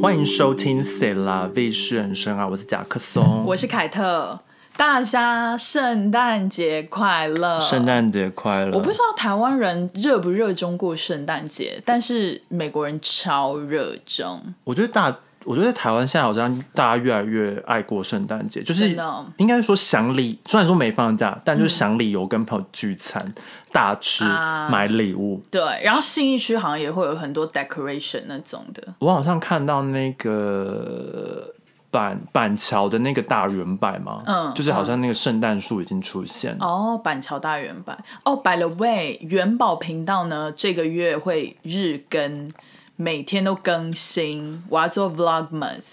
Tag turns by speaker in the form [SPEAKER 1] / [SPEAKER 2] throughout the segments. [SPEAKER 1] 欢迎收听《谁啦卫视人生》啊，我是贾克松，
[SPEAKER 2] 我是凯特，大家圣诞节快乐！
[SPEAKER 1] 圣诞节快乐！
[SPEAKER 2] 我不知道台湾人热不热衷过圣诞节，但是美国人超热衷。
[SPEAKER 1] 我觉得大，我觉得台湾现在好像大家越来越爱过圣诞节，就是
[SPEAKER 2] 真的嗯
[SPEAKER 1] 应该说想理，虽然说没放假，但就是想理由跟朋友聚餐、大吃、
[SPEAKER 2] 啊
[SPEAKER 1] 买礼物。
[SPEAKER 2] 对，然后信义区好像也会有很多 decoration 那种的，
[SPEAKER 1] 我好像看到那个板板桥的那个大圆柏嘛，
[SPEAKER 2] 嗯
[SPEAKER 1] 就是好像那个圣诞树已经出现了。
[SPEAKER 2] 哦，板桥大圆柏。哦、b y the way，元宝频道呢这个月会日更，每天都更新。我要做 vlogmas，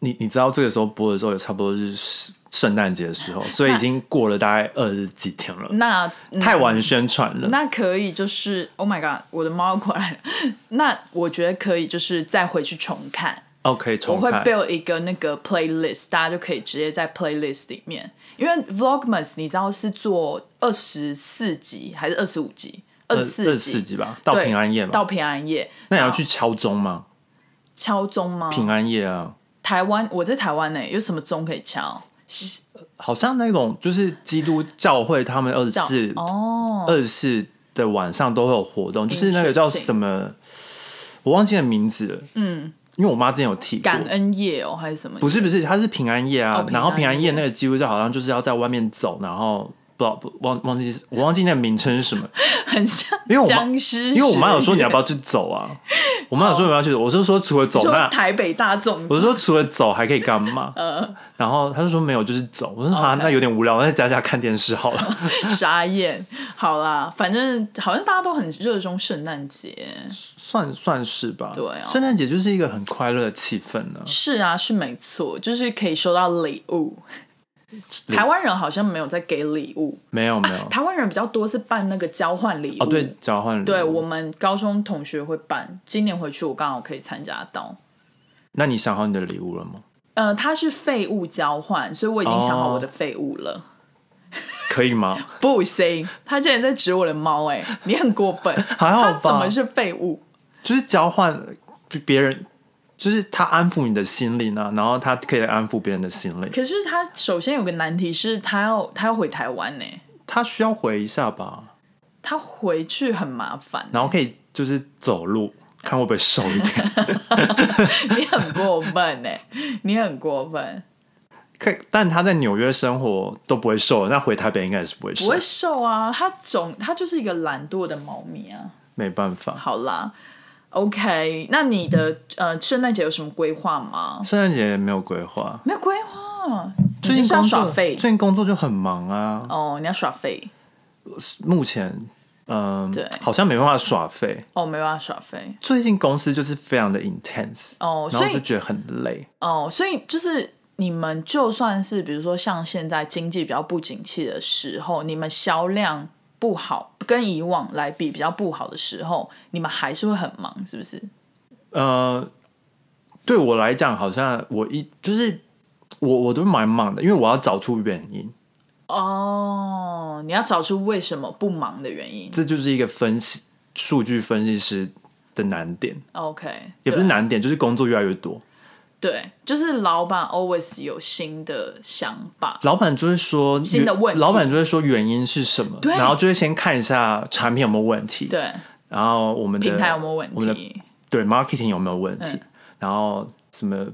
[SPEAKER 1] 你你知道这个时候播的时候，也差不多是圣圣诞节的时 候，所以已经过了大概二十几天了，
[SPEAKER 2] 那、嗯
[SPEAKER 1] 太晚宣传了。
[SPEAKER 2] 那可以就是 Oh my God，我的猫过来了。那我觉得可以就是再回去重看，
[SPEAKER 1] OK，
[SPEAKER 2] 我
[SPEAKER 1] 重
[SPEAKER 2] 会
[SPEAKER 1] 看。
[SPEAKER 2] build 一个那个 playlist，大家就可以直接在 playlist 里面。因为 Vlogmas 你知道是做二十四集还是二十五集？二十
[SPEAKER 1] 二
[SPEAKER 2] 四
[SPEAKER 1] 十四集吧，到
[SPEAKER 2] 对
[SPEAKER 1] 平安夜
[SPEAKER 2] 到哦
[SPEAKER 1] 吧。
[SPEAKER 2] 平安夜。
[SPEAKER 1] 那你要去敲钟吗？
[SPEAKER 2] 敲钟吗？
[SPEAKER 1] 平安夜啊，
[SPEAKER 2] 台湾我在台湾呢、有什么钟可以敲？
[SPEAKER 1] 好像那种就是基督教会他们二十
[SPEAKER 2] 叫
[SPEAKER 1] 四
[SPEAKER 2] 哦，
[SPEAKER 1] 二十四的晚上都会有活动，就是那个叫
[SPEAKER 2] Interesting
[SPEAKER 1] 什么，我忘记了名字了。嗯，因为我妈之前有提过
[SPEAKER 2] 感，恩夜哦，还是什么？
[SPEAKER 1] 不是不是，它是平安夜啊。
[SPEAKER 2] 哦平安夜
[SPEAKER 1] 然后平安夜那个基督教好像就是要在外面走，然后不知道不忘忘记我忘记那个名称是 什么，
[SPEAKER 2] 很像
[SPEAKER 1] 因为我妈
[SPEAKER 2] 僵尸学院，
[SPEAKER 1] 因为我妈有说你要不要去走啊，我妈有说你要不要去走，我就说除了走
[SPEAKER 2] 说
[SPEAKER 1] 那
[SPEAKER 2] 台北大粽
[SPEAKER 1] 我就
[SPEAKER 2] 子
[SPEAKER 1] 说除了走还可以干 嘛？
[SPEAKER 2] 嗯
[SPEAKER 1] 然后他就说没有，就是走。我说
[SPEAKER 2] 哦
[SPEAKER 1] 啊，那有点无聊，我在家家看电视好了。
[SPEAKER 2] 傻眼，好啦，反正好像大家都很热衷圣诞节。
[SPEAKER 1] 算算是吧。
[SPEAKER 2] 对啊
[SPEAKER 1] 圣诞节就是一个很快乐的气氛呢、
[SPEAKER 2] 是啊，是没错，就是可以收到礼物。台湾人好像没有在给礼物，
[SPEAKER 1] 没有没有，
[SPEAKER 2] 台湾人比较多是办那个交换礼物。
[SPEAKER 1] 哦，对，交换礼物。
[SPEAKER 2] 对，我们高中同学会办，今年回去我刚好可以参加到。
[SPEAKER 1] 那你想好你的礼物了吗？
[SPEAKER 2] 呃，它是废物交换，所以我已经想好
[SPEAKER 1] 哦
[SPEAKER 2] 我的废物了。
[SPEAKER 1] 可以 吗？
[SPEAKER 2] 不行，他竟然在指我的猫、哎，你很过分。
[SPEAKER 1] 还好
[SPEAKER 2] 他
[SPEAKER 1] 吧
[SPEAKER 2] 怎么是废物？
[SPEAKER 1] 就是交换就别人，就是他安抚你的心灵呢、然后他可以安抚别人的心灵。
[SPEAKER 2] 可是他首先有个难题是他要他要回台湾呢、
[SPEAKER 1] 他需要回一下吧，
[SPEAKER 2] 他回去很麻烦，
[SPEAKER 1] 然后可以就是走路，看会不会瘦一点。
[SPEAKER 2] 你很过分 哎、你很过
[SPEAKER 1] 啊
[SPEAKER 2] 分，
[SPEAKER 1] 可但他在纽约生活都不会瘦，那回台北应该也是不会
[SPEAKER 2] 不
[SPEAKER 1] 瘦
[SPEAKER 2] 会，瘦啊，他总他就是一个懒惰的猫咪啊。
[SPEAKER 1] 没办法。
[SPEAKER 2] 好啦，OK，那你的呃圣诞节有什么规划吗？
[SPEAKER 1] 圣诞节没有规划，
[SPEAKER 2] 没有规划，
[SPEAKER 1] 最
[SPEAKER 2] 你
[SPEAKER 1] 近
[SPEAKER 2] 就是要
[SPEAKER 1] 工
[SPEAKER 2] 耍
[SPEAKER 1] 作
[SPEAKER 2] 废
[SPEAKER 1] 最近工作就很忙啊。
[SPEAKER 2] 哦，你要耍废
[SPEAKER 1] 目前，嗯、
[SPEAKER 2] 对
[SPEAKER 1] 好像没办法耍废。
[SPEAKER 2] 哦，没办法耍废
[SPEAKER 1] 最近公司就是非常的 intense，、
[SPEAKER 2] 哦，
[SPEAKER 1] 然
[SPEAKER 2] 所
[SPEAKER 1] 后就
[SPEAKER 2] 以
[SPEAKER 1] 觉得很累。
[SPEAKER 2] 哦，所以就是。你们就算是比如说像现在经济比较不景气的时候，你们销量不好，跟以往来比比较不好的时候，你们还是会很忙，是不是？
[SPEAKER 1] 呃，对我来讲，好像我一就是我我都蛮忙的，因为我要找出原因，
[SPEAKER 2] 哦，你要找出为什么不忙的原因。
[SPEAKER 1] 这就是一个分析数据分析师的难点，
[SPEAKER 2] OK，
[SPEAKER 1] 也不是
[SPEAKER 2] 对
[SPEAKER 1] 难点，就是工作越来越多。
[SPEAKER 2] 对，就是老板 always 有新的想法。
[SPEAKER 1] 老板就会说
[SPEAKER 2] 新的问题
[SPEAKER 1] 老板就会说原因是什么，
[SPEAKER 2] 对
[SPEAKER 1] 然后就会先看一下产品有没有问题，
[SPEAKER 2] 对，
[SPEAKER 1] 然后我们的
[SPEAKER 2] 平台有没有问
[SPEAKER 1] 我们的
[SPEAKER 2] 题？
[SPEAKER 1] 对 marketing 有没有问题，
[SPEAKER 2] 嗯
[SPEAKER 1] 然后什么，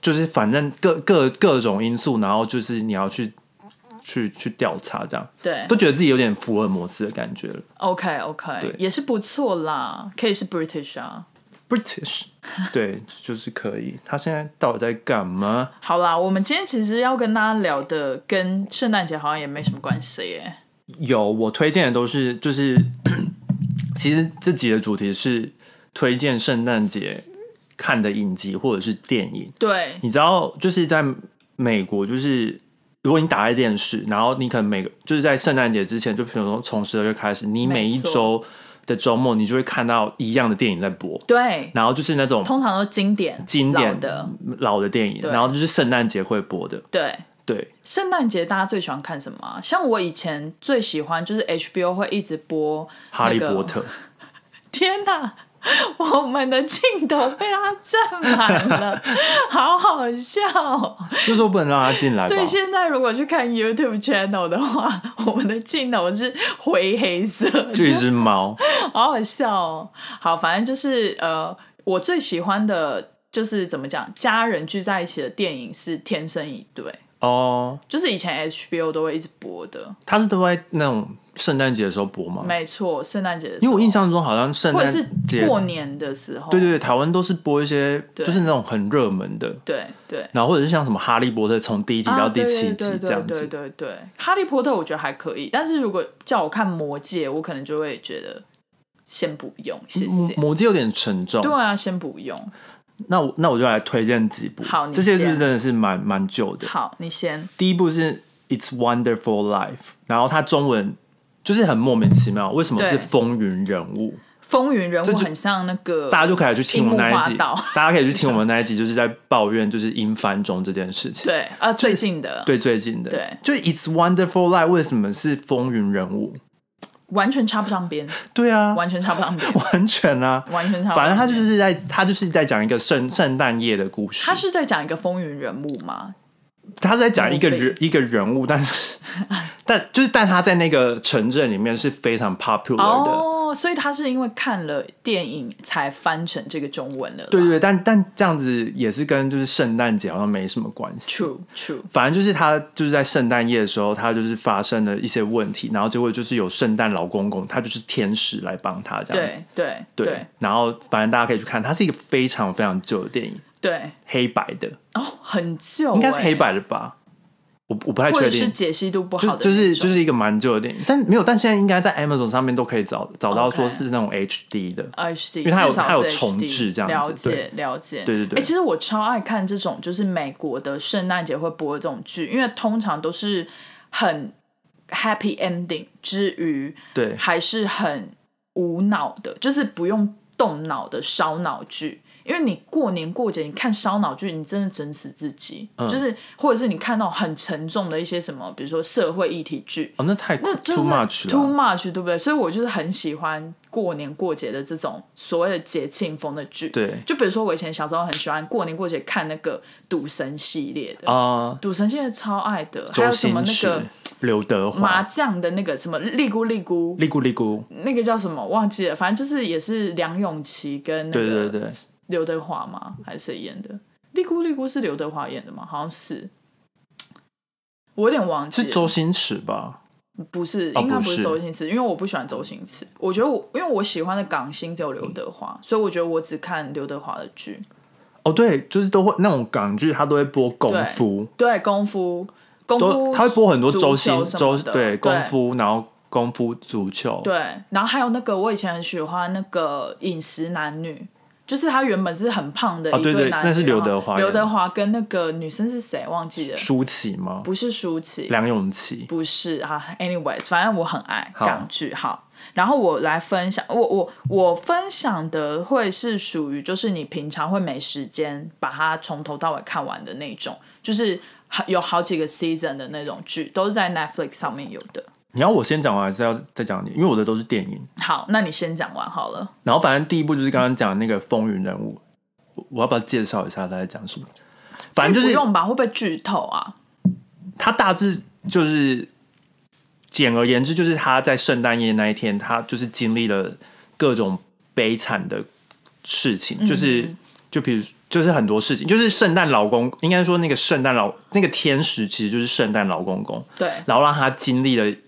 [SPEAKER 1] 就是反正各各各种因素，然后就是你要去去去调查，这样
[SPEAKER 2] 对
[SPEAKER 1] 都觉得自己有点福尔摩斯的感觉了。
[SPEAKER 2] ，OK OK，
[SPEAKER 1] 对
[SPEAKER 2] 也是不错啦，可以是 British 啊。
[SPEAKER 1] British，对，就是可以。他现在到底在干嘛？
[SPEAKER 2] 好啦，我们今天其实要跟大家聊的跟圣诞节好像也没什么关系耶。
[SPEAKER 1] 有我推荐的都是就是， 其实这集的主题是推荐圣诞节看的影集或者是电影。
[SPEAKER 2] 对，
[SPEAKER 1] 你知道，就是在美国，就是如果你打开电视，然后你可能每个就是在圣诞节之前，就比如说从十二月开始，你每一
[SPEAKER 2] 没错
[SPEAKER 1] 周的周末，你就会看到一样的电影在播，
[SPEAKER 2] 对，
[SPEAKER 1] 然后就是那种
[SPEAKER 2] 通常都经典
[SPEAKER 1] 经
[SPEAKER 2] 老
[SPEAKER 1] 典
[SPEAKER 2] 的。
[SPEAKER 1] 老的电影，
[SPEAKER 2] 对
[SPEAKER 1] 然后就是圣诞节会播的，
[SPEAKER 2] 对，
[SPEAKER 1] 对，
[SPEAKER 2] 圣诞节大家最喜欢看什么啊、像我以前最喜欢就是 HBO 会一直播、
[SPEAKER 1] 《哈利
[SPEAKER 2] 那个
[SPEAKER 1] 波特》
[SPEAKER 2] 天哪， 我们的镜头被他占满了，好好笑哦、
[SPEAKER 1] 就说不能让他进来吧
[SPEAKER 2] 所。以现在如果去看 YouTube channel 的话，我们的镜头是灰黑色的，
[SPEAKER 1] 就一只猫，
[SPEAKER 2] 好好笑哦。好，反正就是呃，我最喜欢的就是怎么讲，家人聚在一起的电影是《天生一对》，
[SPEAKER 1] 哦，
[SPEAKER 2] 就是以前 HBO 都会一直播的，
[SPEAKER 1] 它是都在那种圣诞节的时候播吗？
[SPEAKER 2] 没错，圣诞节的时候，
[SPEAKER 1] 哦因为我印象中好像圣
[SPEAKER 2] 或
[SPEAKER 1] 诞
[SPEAKER 2] 者是
[SPEAKER 1] 节，
[SPEAKER 2] 过年的时候，
[SPEAKER 1] 对对对，台湾都是播一些
[SPEAKER 2] 对
[SPEAKER 1] 就是那种很热门的，
[SPEAKER 2] 对对。
[SPEAKER 1] 然后或者是像什么《哈利波特》从第一集
[SPEAKER 2] 啊
[SPEAKER 1] 到第
[SPEAKER 2] 对
[SPEAKER 1] 七集
[SPEAKER 2] 对对
[SPEAKER 1] 这样
[SPEAKER 2] 啊对
[SPEAKER 1] 子，
[SPEAKER 2] 对对对，哈利波特我觉得还可以，但是如果叫我看魔戒，我可能就会觉得先不用，谢
[SPEAKER 1] 魔
[SPEAKER 2] 谢。
[SPEAKER 1] 魔戒有点沉重
[SPEAKER 2] 对。啊，先不用。
[SPEAKER 1] 那我那我就来推荐几部，
[SPEAKER 2] 好你
[SPEAKER 1] 这些就是
[SPEAKER 2] 先
[SPEAKER 1] 真的是蛮蛮旧的。
[SPEAKER 2] 好，你先。
[SPEAKER 1] 第一部是《It's Wonderful Life》，然后它中文就是很莫名其妙，为什么
[SPEAKER 2] 对
[SPEAKER 1] 是风云人物？
[SPEAKER 2] 风云人
[SPEAKER 1] 这
[SPEAKER 2] 物
[SPEAKER 1] 就
[SPEAKER 2] 很像那个，
[SPEAKER 1] 大家就可以去听我们那一
[SPEAKER 2] 樱
[SPEAKER 1] 集，
[SPEAKER 2] 木花道
[SPEAKER 1] 大家可以去听我们那一集，就是在抱怨就是英翻中这件事情。
[SPEAKER 2] 对啊，最近的，
[SPEAKER 1] 对最近的，
[SPEAKER 2] 对，
[SPEAKER 1] 就 It's Wonderful Life 为什么是风云人物？
[SPEAKER 2] 完全插不上边，
[SPEAKER 1] 对啊，，
[SPEAKER 2] 完全插不上边
[SPEAKER 1] 完全啊，
[SPEAKER 2] 完全插不上边。
[SPEAKER 1] 反正他就是在他就是在讲一个圣圣诞夜的故事，
[SPEAKER 2] 他是在讲一个风云人物嘛，
[SPEAKER 1] 他是在讲一个
[SPEAKER 2] 墓碑
[SPEAKER 1] 人一个人物，但 是但就是但他在那个城镇里面是非常 popular 的。
[SPEAKER 2] 哦，所以他是因为看了电影才翻成这个中文的啦，
[SPEAKER 1] 对对对，但但这样子也是跟就是圣诞节好像没什么关系。
[SPEAKER 2] ，true true，
[SPEAKER 1] 反正就是他就是在圣诞夜的时候，他就是发生了一些问题，然后结果就是有圣诞老公公，他就是天使来帮他这样子。
[SPEAKER 2] 对
[SPEAKER 1] 对，
[SPEAKER 2] 对对
[SPEAKER 1] 然后反正大家可以去看，它是一个非常非常旧的电影，
[SPEAKER 2] 对，
[SPEAKER 1] 黑白的，
[SPEAKER 2] 哦，很旧欸，
[SPEAKER 1] 应该是黑白的吧？我我不太
[SPEAKER 2] 或
[SPEAKER 1] 确
[SPEAKER 2] 者是
[SPEAKER 1] 定，
[SPEAKER 2] 解析度不
[SPEAKER 1] 就
[SPEAKER 2] 好的
[SPEAKER 1] 就
[SPEAKER 2] 那种，
[SPEAKER 1] 是就是一个蛮旧的电影，但没有，但现在应该在 Amazon 上面都可以找找到，
[SPEAKER 2] OK
[SPEAKER 1] 说是那种 HD 的。
[SPEAKER 2] HD，
[SPEAKER 1] 因为它有
[SPEAKER 2] 至哎少是
[SPEAKER 1] 它有
[SPEAKER 2] HD
[SPEAKER 1] 重置这样子
[SPEAKER 2] 了解了解，
[SPEAKER 1] 对对对
[SPEAKER 2] 哎、其实我超爱看这种，就是美国的圣诞节会播的这种剧，因为通常都是很 happy ending 之余，
[SPEAKER 1] 对
[SPEAKER 2] 还是很无脑的，就是不用动脑的烧脑剧。因为你过年过节，你看烧脑剧，你真的整死自己。
[SPEAKER 1] 嗯
[SPEAKER 2] 就是或者是你看到很沉重的一些什么，比如说社会议题剧，
[SPEAKER 1] 哦，那太
[SPEAKER 2] 那就是
[SPEAKER 1] too much
[SPEAKER 2] too
[SPEAKER 1] 了。
[SPEAKER 2] much，对不对？所以我就是很喜欢过年过节的这种所谓的节庆风的剧。
[SPEAKER 1] 对
[SPEAKER 2] 就比如说我以前小时候很喜欢过年过节看那个赌神系列的，
[SPEAKER 1] 啊，
[SPEAKER 2] 赌神系列超爱的，还
[SPEAKER 1] 周
[SPEAKER 2] 有什么
[SPEAKER 1] 星驰
[SPEAKER 2] 那个、
[SPEAKER 1] 刘德
[SPEAKER 2] 麻
[SPEAKER 1] 华、
[SPEAKER 2] 将的那个什么利咕利咕，
[SPEAKER 1] 利咕利咕，
[SPEAKER 2] 那个叫什么忘记了，反正就是也是梁咏琪跟那
[SPEAKER 1] 对对
[SPEAKER 2] 个
[SPEAKER 1] 对，
[SPEAKER 2] 刘德华吗？还是谁演的？利咕利咕是刘德华演的吗？好像是。我有点忘记
[SPEAKER 1] 是
[SPEAKER 2] 了，
[SPEAKER 1] 周星驰吧？
[SPEAKER 2] 不是，
[SPEAKER 1] 哦
[SPEAKER 2] 应该
[SPEAKER 1] 不
[SPEAKER 2] 不是
[SPEAKER 1] 是
[SPEAKER 2] 周星驰，因为我不喜欢周星驰。我觉得我，因为我喜欢的港星只有刘德华，所以我觉得我只看刘德华的剧。
[SPEAKER 1] 哦，对，就是都会那种港剧，他都会播功
[SPEAKER 2] 对
[SPEAKER 1] 夫，
[SPEAKER 2] 对，功夫，功
[SPEAKER 1] 都
[SPEAKER 2] 夫，
[SPEAKER 1] 他会播很多周星
[SPEAKER 2] 足球什么
[SPEAKER 1] 周
[SPEAKER 2] 的
[SPEAKER 1] 对
[SPEAKER 2] 对
[SPEAKER 1] 功夫，然后功夫足球，
[SPEAKER 2] 对，然后还有那个我以前很喜欢那个《饮食男女》，就是他原本是很胖的
[SPEAKER 1] 哦
[SPEAKER 2] 一
[SPEAKER 1] 对对
[SPEAKER 2] 对男女，
[SPEAKER 1] 那是刘德
[SPEAKER 2] 然后
[SPEAKER 1] 华演
[SPEAKER 2] 刘
[SPEAKER 1] 的
[SPEAKER 2] 德华跟那个女生是谁忘记了？
[SPEAKER 1] 舒淇吗？
[SPEAKER 2] 不是舒淇，
[SPEAKER 1] 梁咏琪，
[SPEAKER 2] 不是啊，anyways，反正我很爱
[SPEAKER 1] 好
[SPEAKER 2] 港剧。好，然后我来分享，我我我分享的会是属于就是你平常会没时间把它从头到尾看完的那种，就是有好几个 season 的那种剧，都是在 Netflix 上面有的。
[SPEAKER 1] 你要我先讲完，还是要再讲你？因为我的都是电影。
[SPEAKER 2] 好，那你先讲完好了。
[SPEAKER 1] 然后反正第一部就是刚刚讲的那个风云人物，我我要不要介绍一下他在讲什么？反正就
[SPEAKER 2] 不
[SPEAKER 1] 是
[SPEAKER 2] 用吧，会不会剧透啊？
[SPEAKER 1] 他大致就是，简而言之，就是他在圣诞夜那一天，他就是经历了各种悲惨的事情，就是、就比如就是很多事情，就是圣诞老公，应该说那个圣诞老那个天使其实就是圣诞老公公，
[SPEAKER 2] 对，
[SPEAKER 1] 然后让他经历了一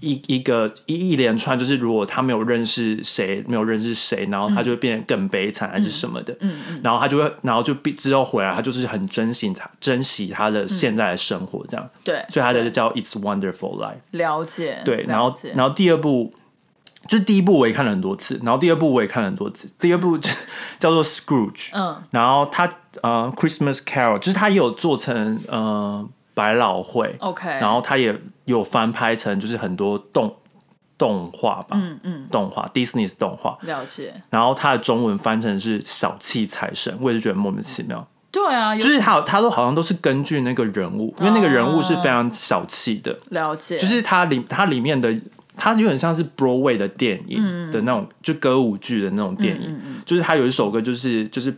[SPEAKER 1] 一一个一一连串，就是如果他没有认识谁，没有认识谁，然后他就会变得更悲惨，还是什么的。嗯嗯。然后他就会，然后就必之后回来，他就是很珍惜他珍惜他的现在的生活，这样。
[SPEAKER 2] 对，
[SPEAKER 1] 所以他的就叫 It's Wonderful Life。
[SPEAKER 2] 了解，
[SPEAKER 1] 对，然后
[SPEAKER 2] 了解
[SPEAKER 1] 然后第二部。就是第一部我也看了很多次，然后第二部我也看了很多次。第二部叫做 Scrooge，
[SPEAKER 2] 嗯，
[SPEAKER 1] 然后他呃 Christmas Carol，就是他也有做成呃百老汇
[SPEAKER 2] OK，
[SPEAKER 1] 然后它也有翻拍成就是很多动动画吧，嗯嗯，动画 Disney 是动画，
[SPEAKER 2] 了解，
[SPEAKER 1] 然后它的中文翻成是小气财神，我也是觉得莫名其妙，
[SPEAKER 2] 对啊，有
[SPEAKER 1] 就是它有它都好像都是根据哦那个人物，因为那个人物是非常小气的，
[SPEAKER 2] 了解，
[SPEAKER 1] 就是它里它里面的它有点像是 Broadway 的电影的那种，就歌舞剧的那种电影，就是它有一首歌就是就是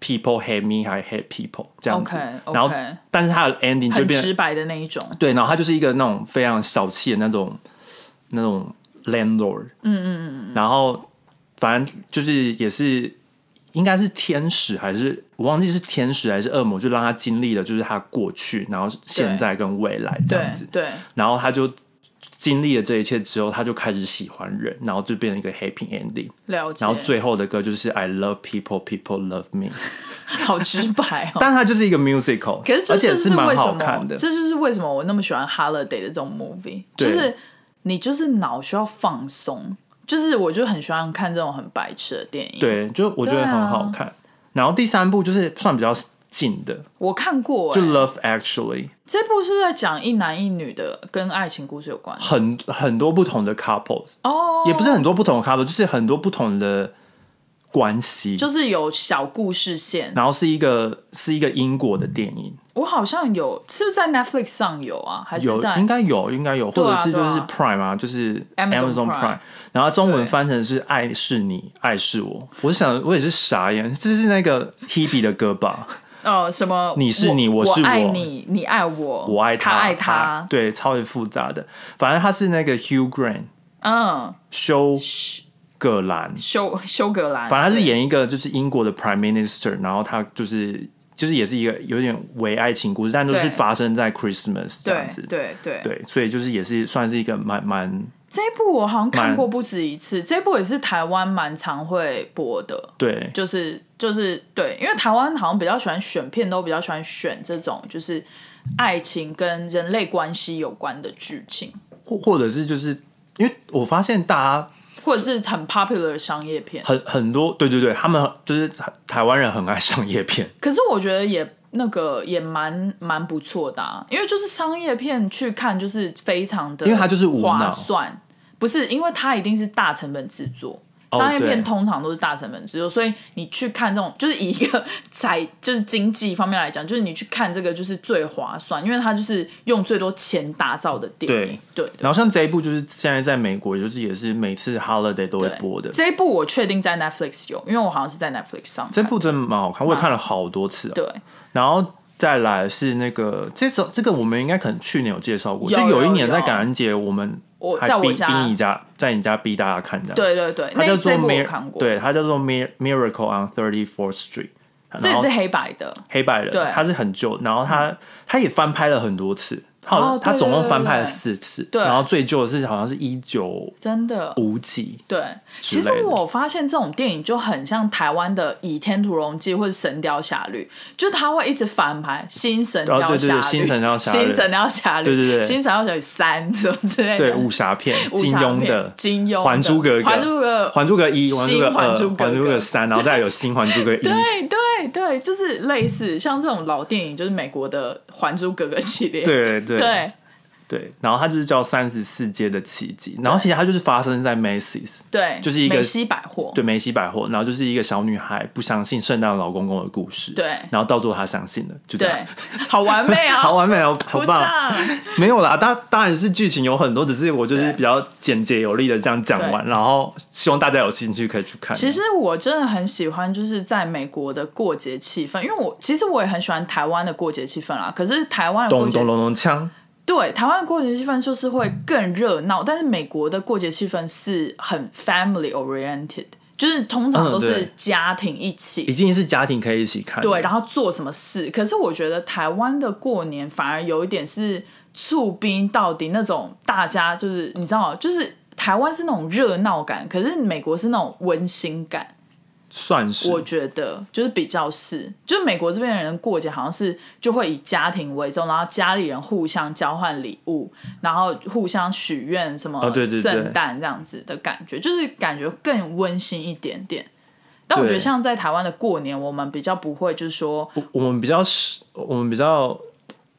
[SPEAKER 1] People Hate Me 还 Hate People 这样子
[SPEAKER 2] OK，OK
[SPEAKER 1] 然后但是它的 ending 就
[SPEAKER 2] 很
[SPEAKER 1] 变
[SPEAKER 2] 直白的那一种，
[SPEAKER 1] 对，然后他就是一个那种非常小气的那种那种 landlord，嗯嗯嗯，然后反正就是也是应该是天使还是我忘记是天使还是恶魔，就让他经历了就是他过去，然后现在跟未来这
[SPEAKER 2] 对
[SPEAKER 1] 样子，
[SPEAKER 2] 对，
[SPEAKER 1] 然后他就经历了这一切之后，他就开始喜欢人，然后就变成一个 happy ending，
[SPEAKER 2] 了解。
[SPEAKER 1] 然后最后的歌就是 I love people, people love me，
[SPEAKER 2] 好直白哦。
[SPEAKER 1] 但它就是一个 musical，
[SPEAKER 2] 可是这
[SPEAKER 1] 而且
[SPEAKER 2] 就是为
[SPEAKER 1] 蛮
[SPEAKER 2] 什
[SPEAKER 1] 好
[SPEAKER 2] 么，
[SPEAKER 1] 看的，
[SPEAKER 2] 这就是为什么我那么喜欢 Holiday 的这种 movie，就
[SPEAKER 1] 对
[SPEAKER 2] 是你就是脑需要放松，就是我就很喜欢看这种很白痴的电影。，
[SPEAKER 1] 对，就我觉
[SPEAKER 2] 对
[SPEAKER 1] 得
[SPEAKER 2] 啊
[SPEAKER 1] 很好看。然后第三部就是算比较近的，
[SPEAKER 2] 我看过、
[SPEAKER 1] 就
[SPEAKER 2] 欸，
[SPEAKER 1] 《Love Actually》，
[SPEAKER 2] 这部是不是在讲一男一女的跟爱情故事有关？
[SPEAKER 1] 很很多不同的 couple，、s
[SPEAKER 2] 哦，
[SPEAKER 1] 也不是很多不同的 couple，就是很多不同的关系。
[SPEAKER 2] 就是有小故事线。
[SPEAKER 1] 然后是一个是一个英国的电影，
[SPEAKER 2] 我好像有，是不是在 Netflix 上有啊？还是
[SPEAKER 1] 有
[SPEAKER 2] 在
[SPEAKER 1] 应该有应该有，或
[SPEAKER 2] 对啊
[SPEAKER 1] 者是就
[SPEAKER 2] 对
[SPEAKER 1] 是
[SPEAKER 2] 啊
[SPEAKER 1] Prime 啊，就是
[SPEAKER 2] Amazon
[SPEAKER 1] Amazon
[SPEAKER 2] Prime
[SPEAKER 1] Prime，然后中
[SPEAKER 2] 对
[SPEAKER 1] 文翻成是“爱是你，爱是我”。我想我也是傻眼，这是那个 Hebe 的歌吧？
[SPEAKER 2] 呃什么？
[SPEAKER 1] 你是你
[SPEAKER 2] 我
[SPEAKER 1] 我是
[SPEAKER 2] 爱
[SPEAKER 1] 我
[SPEAKER 2] 你，你爱我，
[SPEAKER 1] 我爱
[SPEAKER 2] 他，爱
[SPEAKER 1] 他，对，超级复杂的。反正他是那个 Hugh Grant
[SPEAKER 2] 嗯，
[SPEAKER 1] 休葛兰，
[SPEAKER 2] 休休格兰，
[SPEAKER 1] 反正他是
[SPEAKER 2] 对
[SPEAKER 1] 演一个就是英国的 Prime Minister，然后他就是就是也是一个有点为爱情故事，但都
[SPEAKER 2] 对
[SPEAKER 1] 是发生在 Christmas 这样子
[SPEAKER 2] 对。对对
[SPEAKER 1] 对，所以就是也是算是一个蛮蛮
[SPEAKER 2] 这一部我好像看
[SPEAKER 1] 蛮
[SPEAKER 2] 过不止一次，这一部也是台湾蛮常会播的，
[SPEAKER 1] 对
[SPEAKER 2] 就是就是对，因为台湾好像比较喜欢选片，都比较喜欢选这种就是爱情跟人类关系有关的剧情，
[SPEAKER 1] 或或者是就是因为我发现大家
[SPEAKER 2] 或者是很 popular 的商业片。
[SPEAKER 1] 很很多对对对，他们就是台湾人很爱商业片，
[SPEAKER 2] 可是我觉得也那个也蛮蛮不错的、啊，因为就是商业片去看就是非常的，
[SPEAKER 1] 因为它就是无脑
[SPEAKER 2] 划算，不是因为它一定是大成本制作。
[SPEAKER 1] 哦
[SPEAKER 2] 商业片
[SPEAKER 1] 对
[SPEAKER 2] 通常都是大成本制作，所以你去看这种，就是以一个财就是经济方面来讲，就是你去看这个就是最划算，因为它就是用最多钱打造的电影。对对
[SPEAKER 1] 然后像这一部就是现在在美国，就是也是每次 holiday 都会
[SPEAKER 2] 对
[SPEAKER 1] 播的。
[SPEAKER 2] 这一部我确定在 Netflix 有，因为我好像是在 Netflix 上
[SPEAKER 1] 这
[SPEAKER 2] 看。
[SPEAKER 1] 部真的蛮好看，我也看了好多次、啊。
[SPEAKER 2] 对，
[SPEAKER 1] 然后再来是那个这种这个我们应该可能去年有介绍过，
[SPEAKER 2] 有
[SPEAKER 1] 就有一年
[SPEAKER 2] 有
[SPEAKER 1] 在
[SPEAKER 2] 有
[SPEAKER 1] 感恩节我们
[SPEAKER 2] 我
[SPEAKER 1] 还
[SPEAKER 2] 在我
[SPEAKER 1] 逼
[SPEAKER 2] 家
[SPEAKER 1] 逼你家在你家逼大家看的，，
[SPEAKER 2] 对对对，
[SPEAKER 1] 它
[SPEAKER 2] 那
[SPEAKER 1] 叫
[SPEAKER 2] 这
[SPEAKER 1] 做
[SPEAKER 2] 一部我
[SPEAKER 1] Mir
[SPEAKER 2] 看过，，
[SPEAKER 1] 对，它叫做 Mir Miracle on Thirty Fourth Street，
[SPEAKER 2] 这
[SPEAKER 1] 然
[SPEAKER 2] 也
[SPEAKER 1] 后
[SPEAKER 2] 是黑白的。
[SPEAKER 1] 黑白人，
[SPEAKER 2] 对嗯
[SPEAKER 1] 它是很旧，然后它它也翻拍了很多次，
[SPEAKER 2] 哦
[SPEAKER 1] 好，它
[SPEAKER 2] 对
[SPEAKER 1] 总
[SPEAKER 2] 对
[SPEAKER 1] 共
[SPEAKER 2] 对
[SPEAKER 1] 翻拍了
[SPEAKER 2] 对
[SPEAKER 1] 四次，
[SPEAKER 2] 对
[SPEAKER 1] 然后最旧的是好像是一九
[SPEAKER 2] 真的。
[SPEAKER 1] 五几，
[SPEAKER 2] 对，其实
[SPEAKER 1] 类的
[SPEAKER 2] 我发现这种电影就很像台湾的《倚天屠龙记》或者《神雕侠侣》，就它会一直翻拍《新神雕侠侣》
[SPEAKER 1] 哦对对对新神雕侠侣
[SPEAKER 2] 新神雕侠侣》、
[SPEAKER 1] 对对对
[SPEAKER 2] 新神雕侠侣三》什么之 类的。
[SPEAKER 1] 对，武侠片，
[SPEAKER 2] 武
[SPEAKER 1] 金
[SPEAKER 2] 侠
[SPEAKER 1] 庸
[SPEAKER 2] 片
[SPEAKER 1] 的。
[SPEAKER 2] 金庸的《
[SPEAKER 1] 还珠格格》，
[SPEAKER 2] 还珠格格》
[SPEAKER 1] 还珠格格一，还珠格
[SPEAKER 2] 新还
[SPEAKER 1] 二，
[SPEAKER 2] 珠格格
[SPEAKER 1] 还珠格格三，然后再有新还珠格格一，
[SPEAKER 2] 对对对，就是类似像这种老电影，就是美国的《还珠格格》系列。
[SPEAKER 1] 对对
[SPEAKER 2] 对
[SPEAKER 1] 对，然后它就是叫三十四街的奇迹，然后其实它就是发生在 Macy's，
[SPEAKER 2] 对，
[SPEAKER 1] 就是一个
[SPEAKER 2] 美西百货。
[SPEAKER 1] 对梅西百货，然后就是一个小女孩不相信圣诞老公公的故事，
[SPEAKER 2] 对
[SPEAKER 1] 然后到最后她相信了，就这
[SPEAKER 2] 对
[SPEAKER 1] 样，，
[SPEAKER 2] 好完美啊！
[SPEAKER 1] 好完美哦，好
[SPEAKER 2] 鼓
[SPEAKER 1] 棒，
[SPEAKER 2] 掌。
[SPEAKER 1] 没有啦，当当然是剧情有很多，只是我就是
[SPEAKER 2] 对
[SPEAKER 1] 比较简洁有力的这样讲完，然后希望大家有兴趣可以去看，
[SPEAKER 2] 其实我真的很喜欢，就是在美国的过节气氛，因为我其实我也很喜欢台湾的过节气氛啦。可是台湾的过
[SPEAKER 1] 咚
[SPEAKER 2] 节
[SPEAKER 1] 咚咚咚锵，
[SPEAKER 2] 对台湾的过节气氛就是会更热闹，但是美国的过节气氛是很 family oriented，就是通常
[SPEAKER 1] 嗯
[SPEAKER 2] 都是
[SPEAKER 1] 对
[SPEAKER 2] 家庭一起。
[SPEAKER 1] 已经是家庭可以一起看，
[SPEAKER 2] 对，，然后做什么事？可是我觉得台湾的过年反而有一点是促兵到底那种，大家就是你知道，就是台湾是那种热闹感，可是美国是那种温馨感。
[SPEAKER 1] 算是
[SPEAKER 2] 我觉得就是比较是，就是美国这边的人过节好像是就会以家庭为重，然后家里人互相交换礼物，然后互相许愿什么
[SPEAKER 1] 哦对对对
[SPEAKER 2] 圣诞这样子的感觉，就是感觉更温馨一点点。但我觉得
[SPEAKER 1] 对
[SPEAKER 2] 像在台湾的过年，我们比较不会，就是说
[SPEAKER 1] 我我们比较是，我们比较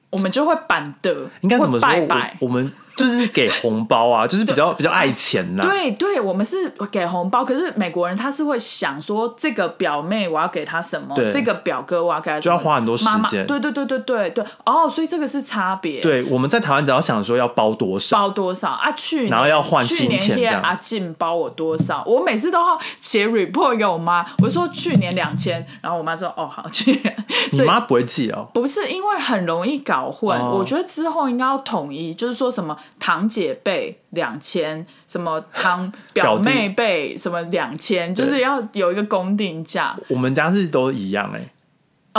[SPEAKER 2] 我们就会板的，
[SPEAKER 1] 应该怎么
[SPEAKER 2] 会
[SPEAKER 1] 说？
[SPEAKER 2] 拜拜，
[SPEAKER 1] 我我们就是给红包 啊，就是比较比较爱钱啦。
[SPEAKER 2] 对对，我们是给红包，可是美国人他是会想说，这个表妹我要给她什么
[SPEAKER 1] 对，
[SPEAKER 2] 这个表哥我要给他
[SPEAKER 1] 就要花很多时
[SPEAKER 2] 妈妈
[SPEAKER 1] 间
[SPEAKER 2] 对对对对对对，哦，所以这个是差别。
[SPEAKER 1] 对，我们在台湾只要想说要包多少，
[SPEAKER 2] 包多少啊？去 年
[SPEAKER 1] 然后要换
[SPEAKER 2] 去
[SPEAKER 1] 新
[SPEAKER 2] 年
[SPEAKER 1] 钱这
[SPEAKER 2] 天
[SPEAKER 1] 样
[SPEAKER 2] 阿啊进包我多少？我每次都要写 report 给我妈，我说去年两千，然后我妈说哦好，去年
[SPEAKER 1] 你
[SPEAKER 2] 所以
[SPEAKER 1] 妈不会记哦。
[SPEAKER 2] 不是因为很容易搞混，
[SPEAKER 1] 哦
[SPEAKER 2] 我觉得之后应该要统一，就是说什么堂姐辈两千，什么堂表
[SPEAKER 1] 表弟
[SPEAKER 2] 妹辈什么两千，就是要有一个公定价
[SPEAKER 1] 我们家是都一样哎、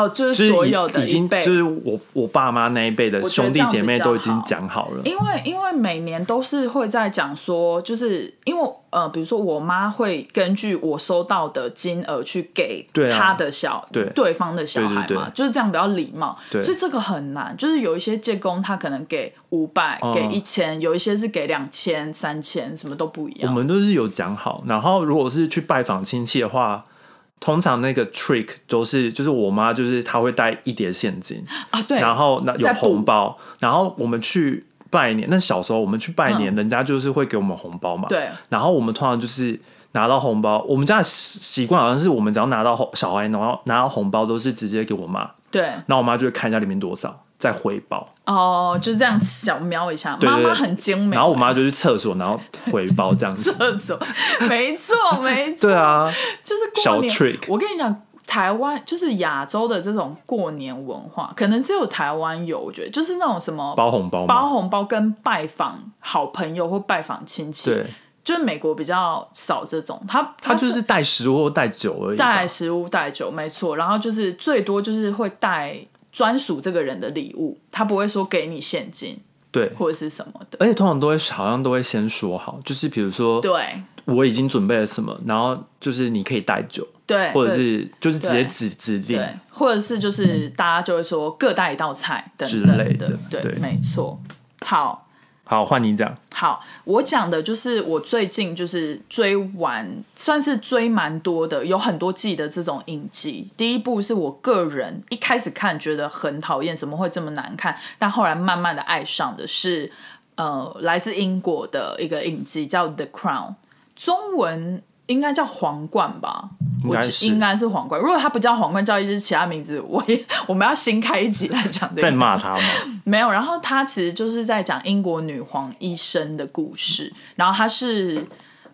[SPEAKER 2] 哦，就
[SPEAKER 1] 就是是
[SPEAKER 2] 所有
[SPEAKER 1] 已
[SPEAKER 2] 的
[SPEAKER 1] 已
[SPEAKER 2] 一
[SPEAKER 1] 经
[SPEAKER 2] 辈。
[SPEAKER 1] 就是我我爸妈那一辈的
[SPEAKER 2] 我觉
[SPEAKER 1] 兄
[SPEAKER 2] 得
[SPEAKER 1] 弟姐妹都已经
[SPEAKER 2] 这样
[SPEAKER 1] 讲好了，
[SPEAKER 2] 因为因为每年都是会在讲说，就是因为呃，比如说我妈会根据我收到的金额去给
[SPEAKER 1] 对啊
[SPEAKER 2] 她的小
[SPEAKER 1] 对
[SPEAKER 2] 对方的小孩嘛，
[SPEAKER 1] 对对对
[SPEAKER 2] 就是这样比较礼貌。
[SPEAKER 1] 对
[SPEAKER 2] 所以这个很难，就是有一些借工他可能给五百、
[SPEAKER 1] 哦
[SPEAKER 2] 给一千，有一些是给两千、三千，什么都不一
[SPEAKER 1] 我
[SPEAKER 2] 样。
[SPEAKER 1] 们都是有讲好。然后如果是去拜访亲戚的话，通常那个 trick 都是就是我妈就是她会带一叠现金，
[SPEAKER 2] 啊，对，
[SPEAKER 1] 然后那有
[SPEAKER 2] 再补
[SPEAKER 1] 红包，然后我们去拜年。那小时候我们去拜年，人家就是会给我们红包嘛。
[SPEAKER 2] 嗯对。
[SPEAKER 1] 然后我们通常就是拿到红包，我们家的习习惯好像是我们只要拿到红小孩，然后拿到红包都是直接给我妈，
[SPEAKER 2] 对
[SPEAKER 1] 然后我妈就会看一下里面多少再回报，
[SPEAKER 2] 哦、就这样小瞄一下，
[SPEAKER 1] 对
[SPEAKER 2] 妈
[SPEAKER 1] 对
[SPEAKER 2] 妈
[SPEAKER 1] 对
[SPEAKER 2] 很精美。
[SPEAKER 1] 然后我妈就去厕所，然后回包这样子。
[SPEAKER 2] 厕所，没错没错。
[SPEAKER 1] 对啊，
[SPEAKER 2] 就是过
[SPEAKER 1] 小
[SPEAKER 2] 年
[SPEAKER 1] trick
[SPEAKER 2] 我跟你讲，台湾就是亚洲的这种过年文化，可能只有台湾有。我觉得就是那种什么
[SPEAKER 1] 包红包嘛。
[SPEAKER 2] 包红包跟拜访好朋友或拜访亲戚，
[SPEAKER 1] 对，
[SPEAKER 2] 就是美国比较少这种。他
[SPEAKER 1] 她就是带食物或带酒而已吧。
[SPEAKER 2] 带食物带酒，没错。然后就是最多就是会带专属这个人的礼物，他不会说给你现金
[SPEAKER 1] 对，
[SPEAKER 2] 或者是什么的。
[SPEAKER 1] 而且通常都会好像都会先说好，就是比如说
[SPEAKER 2] 对
[SPEAKER 1] 我已经准备了什么，然后就是你可以带酒。
[SPEAKER 2] 对，
[SPEAKER 1] 或者
[SPEAKER 2] 对
[SPEAKER 1] 是就是直
[SPEAKER 2] 对
[SPEAKER 1] 接指指定，
[SPEAKER 2] 对，或者是就是大家就会说各带一道菜等
[SPEAKER 1] 之
[SPEAKER 2] 等
[SPEAKER 1] 类
[SPEAKER 2] 的
[SPEAKER 1] 的，
[SPEAKER 2] 对，
[SPEAKER 1] 对
[SPEAKER 2] 没错。好
[SPEAKER 1] 好，换你讲。
[SPEAKER 2] 好，我讲的就是我最近就是追完，算是追蛮多的，有很多季的这种影集。第一部是我个人一开始看觉得很讨厌，怎么会这么难看？但后来慢慢的爱上的是，呃，来自英国的一个影集叫《The Crown》，中文应该叫皇冠吧。
[SPEAKER 1] 应
[SPEAKER 2] 我
[SPEAKER 1] 该
[SPEAKER 2] 只
[SPEAKER 1] 是
[SPEAKER 2] 应该是皇冠。如果它不叫皇冠，叫一些其他名字，我也我们要新开一集来讲这
[SPEAKER 1] 在
[SPEAKER 2] 个。
[SPEAKER 1] 骂他吗？
[SPEAKER 2] 没有，然后他其实就是在讲英国女皇一生的故事，然后他是。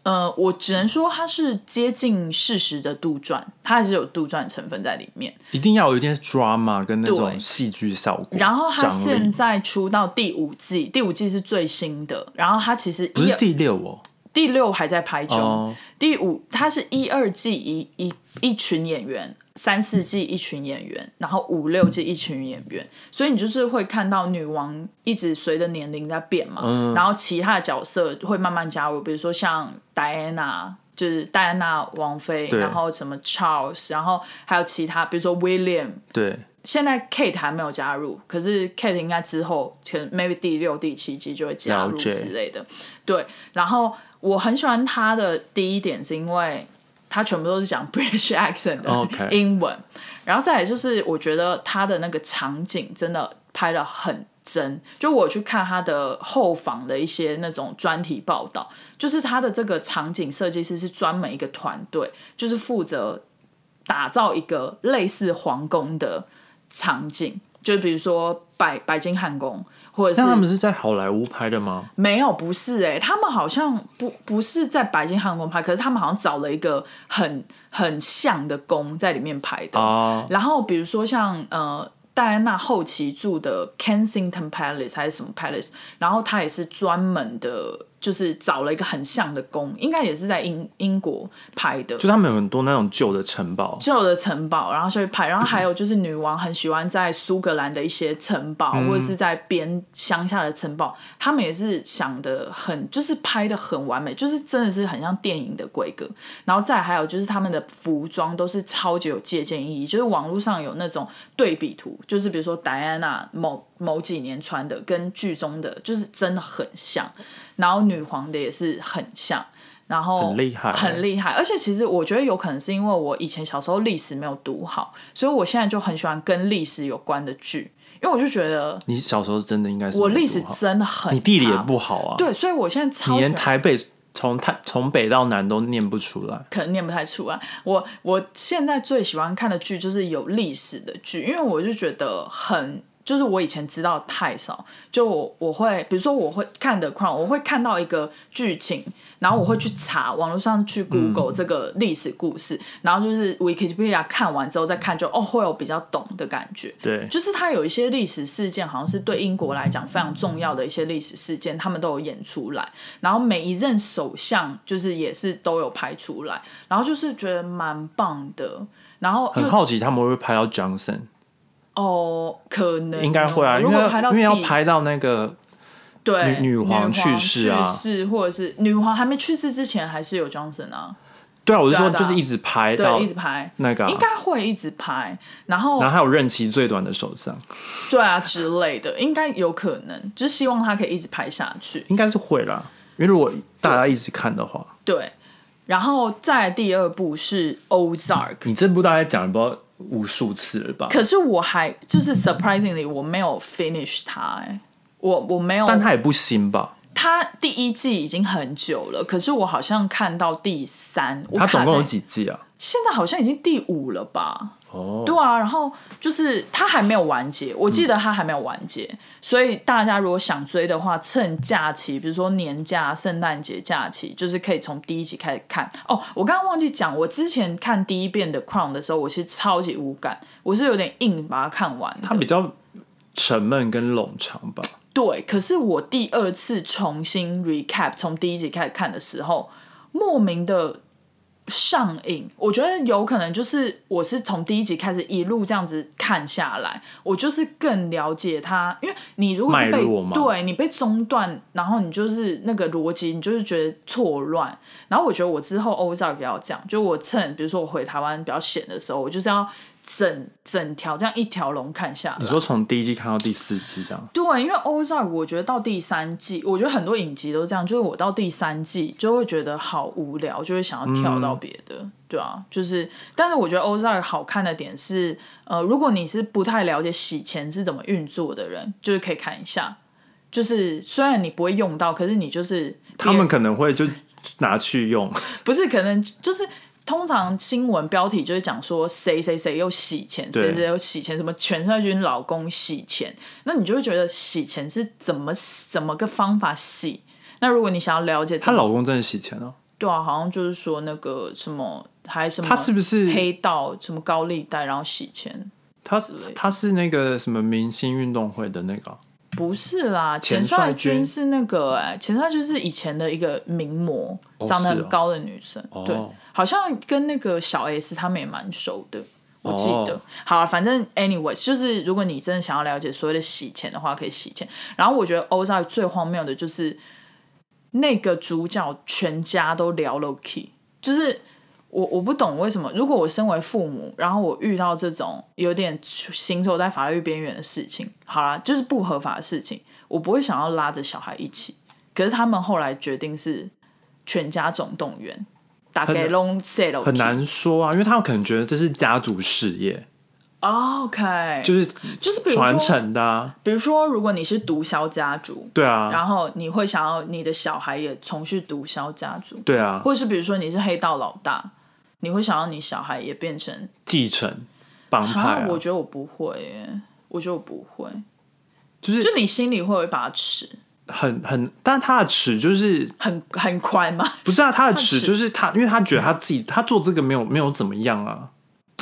[SPEAKER 2] 呃，我只能说它是接近事实的杜撰，它还是有杜撰成分在里面。
[SPEAKER 1] 一定要有一点 drama 跟那
[SPEAKER 2] 对
[SPEAKER 1] 种戏剧效果。
[SPEAKER 2] 然后它
[SPEAKER 1] 张
[SPEAKER 2] 现
[SPEAKER 1] 力
[SPEAKER 2] 在出到第五季，第五季是最新的。然后它其实
[SPEAKER 1] 不
[SPEAKER 2] 一
[SPEAKER 1] 是第六哦，
[SPEAKER 2] 第六还在拍中，
[SPEAKER 1] 哦
[SPEAKER 2] 第五它是一二季一一一群演员，三四季一群演员，然后五六季一群演员，所以你就是会看到女王一直随着年龄在变嘛，然后其他的角色会慢慢加入，比如说像戴安娜。就是戴安娜王妃，
[SPEAKER 1] 对
[SPEAKER 2] 然后什么 Charles，然后还有其他，比如说 William，
[SPEAKER 1] 对，
[SPEAKER 2] 现在 Kate 还没有加入，可是 Kate 应该之后可能 maybe 第六、第七集就会加入
[SPEAKER 1] 了解
[SPEAKER 2] 之类的。对，然后我很喜欢他的第一点是因为他全部都是讲 British accent 的
[SPEAKER 1] OK
[SPEAKER 2] 英文然后再来就是我觉得他的那个场景真的拍的很真，就我去看他的后访的一些那种专题报道，就是他的这个场景设计师是专门一个团队，就是负责打造一个类似皇宫的场景，就比如说白白金汉宫，或者是
[SPEAKER 1] 那他们是在好莱坞拍的吗？
[SPEAKER 2] 没有，不是哎、他们好像不不是在白金汉宫拍，可是他们好像找了一个很很像的宫在里面拍的。
[SPEAKER 1] 哦
[SPEAKER 2] 然后比如说像呃戴安娜后期住的 Kensington Palace 还是什么 Palace，然后他也是专门的，就是找了一个很像的宫，应该也是在英英国拍的。
[SPEAKER 1] 就他们有很多那种旧的城堡，
[SPEAKER 2] 旧的城堡，然后下去拍，然后还有就是女王很喜欢在苏格兰的一些城堡，或者是在边乡下的城堡，他们也是想的很，就是拍的很完美，就是真的是很像电影的规格。然后再还有就是他们的服装都是超级有借鉴意义，就是网络上有那种对比图，就是比如说戴安娜某某几年穿的跟剧中的就是真的很像，然后女皇的也是很像。然后
[SPEAKER 1] 很厉害
[SPEAKER 2] 很厉害。而且其实我觉得有可能是因为我以前小时候历史没有读好，所以我现在就很喜欢跟历史有关的剧，因为我就觉得
[SPEAKER 1] 你小时候真的应该是
[SPEAKER 2] 我
[SPEAKER 1] 没有
[SPEAKER 2] 历史
[SPEAKER 1] 读好
[SPEAKER 2] 真的很，
[SPEAKER 1] 你地理也，不好啊，，
[SPEAKER 2] 对，所以我现在
[SPEAKER 1] 你
[SPEAKER 2] 超喜
[SPEAKER 1] 连
[SPEAKER 2] 欢
[SPEAKER 1] 台北从台从北到南都念不出来。
[SPEAKER 2] 可能念不太出来。我我现在最喜欢看的剧就是有历史的剧，因为我就觉得很，就是我以前知道太少，就我我会，比如说我会看的 Crown，我会看到一个剧情，然后我会去查网络上去 Google 这个历史故事，然后就是 Wikipedia 看完之后再看就，哦会有比较懂的感觉。
[SPEAKER 1] 对，
[SPEAKER 2] 就是它有一些历史事件，好像是对英国来讲非常重要的一些历史事件，他们都有演出来。然后每一任首相就是也是都有拍出来，然后就是觉得蛮棒的。然后因
[SPEAKER 1] 很
[SPEAKER 2] 为
[SPEAKER 1] 好奇他们会不会拍到 Johnson，
[SPEAKER 2] 哦，可能
[SPEAKER 1] 应该会啊，
[SPEAKER 2] 哦
[SPEAKER 1] 因
[SPEAKER 2] 如
[SPEAKER 1] 为
[SPEAKER 2] 果拍到
[SPEAKER 1] 因为要
[SPEAKER 2] 第
[SPEAKER 1] 拍到那个
[SPEAKER 2] 对
[SPEAKER 1] 女女皇去
[SPEAKER 2] 去
[SPEAKER 1] 世啊
[SPEAKER 2] 世或者是女皇还没去世之前，还是有 Johnson 啊，
[SPEAKER 1] 对啊，我是
[SPEAKER 2] 对啊
[SPEAKER 1] 说
[SPEAKER 2] 对
[SPEAKER 1] 就
[SPEAKER 2] 啊
[SPEAKER 1] 是一直拍到
[SPEAKER 2] 对，一直拍。
[SPEAKER 1] 那个啊，
[SPEAKER 2] 应该会一直拍，然后
[SPEAKER 1] 然后还有任期最短的首相，
[SPEAKER 2] 对啊之类的，应该有可能，就是希望他可以一直拍下去。
[SPEAKER 1] 应该是会啦，因为如果大家一直看的话，
[SPEAKER 2] 对，然后再来第二部是 Ozark，
[SPEAKER 1] 你这部大概讲了不知道无数次了吧？
[SPEAKER 2] 可是我还就是 surprisingly 我没有 finish 它、哎，我我没有，
[SPEAKER 1] 但它也不新吧？
[SPEAKER 2] 它第一季已经很久了，可是我好像看到第三，我
[SPEAKER 1] 它总共有
[SPEAKER 2] 卡在
[SPEAKER 1] 几季啊？
[SPEAKER 2] 现在好像已经第五了吧？
[SPEAKER 1] 哦，
[SPEAKER 2] 对啊，然后就是它还没有完结，我记得它还没有完结，所以大家如果想追的话，趁假期，比如说年假、圣诞节假期，就是可以从第一集开始看。哦，我刚刚忘记讲，我之前看第一遍的《Crown》的时候，我是超级无感，我是有点硬把它看完的。
[SPEAKER 1] 它比较沉闷跟冗长吧？
[SPEAKER 2] 对，可是我第二次重新 recap 从第一集开始看的时候，莫名的上瘾。我觉得有可能就是我是从第一集开始一路这样子看下来，我就是更了解他，因为你如果是
[SPEAKER 1] 脉
[SPEAKER 2] 被
[SPEAKER 1] 络吗
[SPEAKER 2] 对你被中断，然后你就是那个逻辑，你就是觉得错乱。然后我觉得我之后欧照也要这样，就我趁比如说我回台湾比较闲的时候，我就是要整整条这样一条龙看下来。
[SPEAKER 1] 你说从第一季看到第四季这样，
[SPEAKER 2] 对，因为 Ozark 我觉得到第三季，我觉得很多影集都这样，就是我到第三季就会觉得好无聊，就会想要跳到别的，对啊，就是，但是我觉得 Ozark 好看的点是，呃，如果你是不太了解洗钱是怎么运作的人，就是可以看一下，就是虽然你不会用到，可是你就是
[SPEAKER 1] 他们可能会就拿去用，
[SPEAKER 2] 不是，可能就是通常新闻标题就是讲说谁谁谁又洗钱，
[SPEAKER 1] 对
[SPEAKER 2] 谁谁又洗钱，什么全帅军老公洗钱，那你就会觉得洗钱是怎么怎么个方法洗？那如果你想要了解怎
[SPEAKER 1] 她
[SPEAKER 2] 么，
[SPEAKER 1] 老公真的洗钱哦、
[SPEAKER 2] 对啊，好像就是说那个什么，还什么，
[SPEAKER 1] 他是不是
[SPEAKER 2] 黑道什么高利贷，然后洗钱？
[SPEAKER 1] 他
[SPEAKER 2] 类的
[SPEAKER 1] 他是那个什么明星运动会的那个啊、
[SPEAKER 2] 不是啦，
[SPEAKER 1] 钱
[SPEAKER 2] 钱帅
[SPEAKER 1] 帅君
[SPEAKER 2] 君是那个哎、钱帅君是以前的一个名模，
[SPEAKER 1] 哦
[SPEAKER 2] 长得
[SPEAKER 1] 是哦
[SPEAKER 2] 很高的女生，
[SPEAKER 1] 哦
[SPEAKER 2] 对，好像跟那个小 S 他们也蛮熟的，我记得。
[SPEAKER 1] 哦
[SPEAKER 2] 好、啊，反正 anyways，就是如果你真的想要了解所谓的洗钱的话，可以洗钱。然后我觉得欧在最荒谬的就是那个主角全家都聊 low key，就是。我我不懂为什么，如果我身为父母，然后我遇到这种有点行走在法律边缘的事情，好啦，就是不合法的事情，我不会想要拉着小孩一起。可是他们后来决定是全家总动员，打
[SPEAKER 1] 很
[SPEAKER 2] 给
[SPEAKER 1] 难
[SPEAKER 2] long sell
[SPEAKER 1] 很难说啊，因为他们可能觉得这是家族事业，
[SPEAKER 2] 哦 OK，
[SPEAKER 1] 就是
[SPEAKER 2] 就是比如说
[SPEAKER 1] 传承的、啊，
[SPEAKER 2] 比如说，如果你是毒枭家族，
[SPEAKER 1] 对啊，
[SPEAKER 2] 然后你会想要你的小孩也从事毒枭家族，
[SPEAKER 1] 对啊，
[SPEAKER 2] 或者是比如说你是黑道老大，你会想要你小孩也变成？
[SPEAKER 1] 继承帮派、
[SPEAKER 2] 啊
[SPEAKER 1] 啊，，
[SPEAKER 2] 我觉得我不会耶，我觉得我不会，
[SPEAKER 1] 就是
[SPEAKER 2] 就你心里会有一把尺，
[SPEAKER 1] 很很，但他的尺就是
[SPEAKER 2] 很很宽嘛。
[SPEAKER 1] 不是啊，他的尺
[SPEAKER 2] 尺
[SPEAKER 1] 就是他，因为他觉得他自己他做这个没有没有怎么样啊，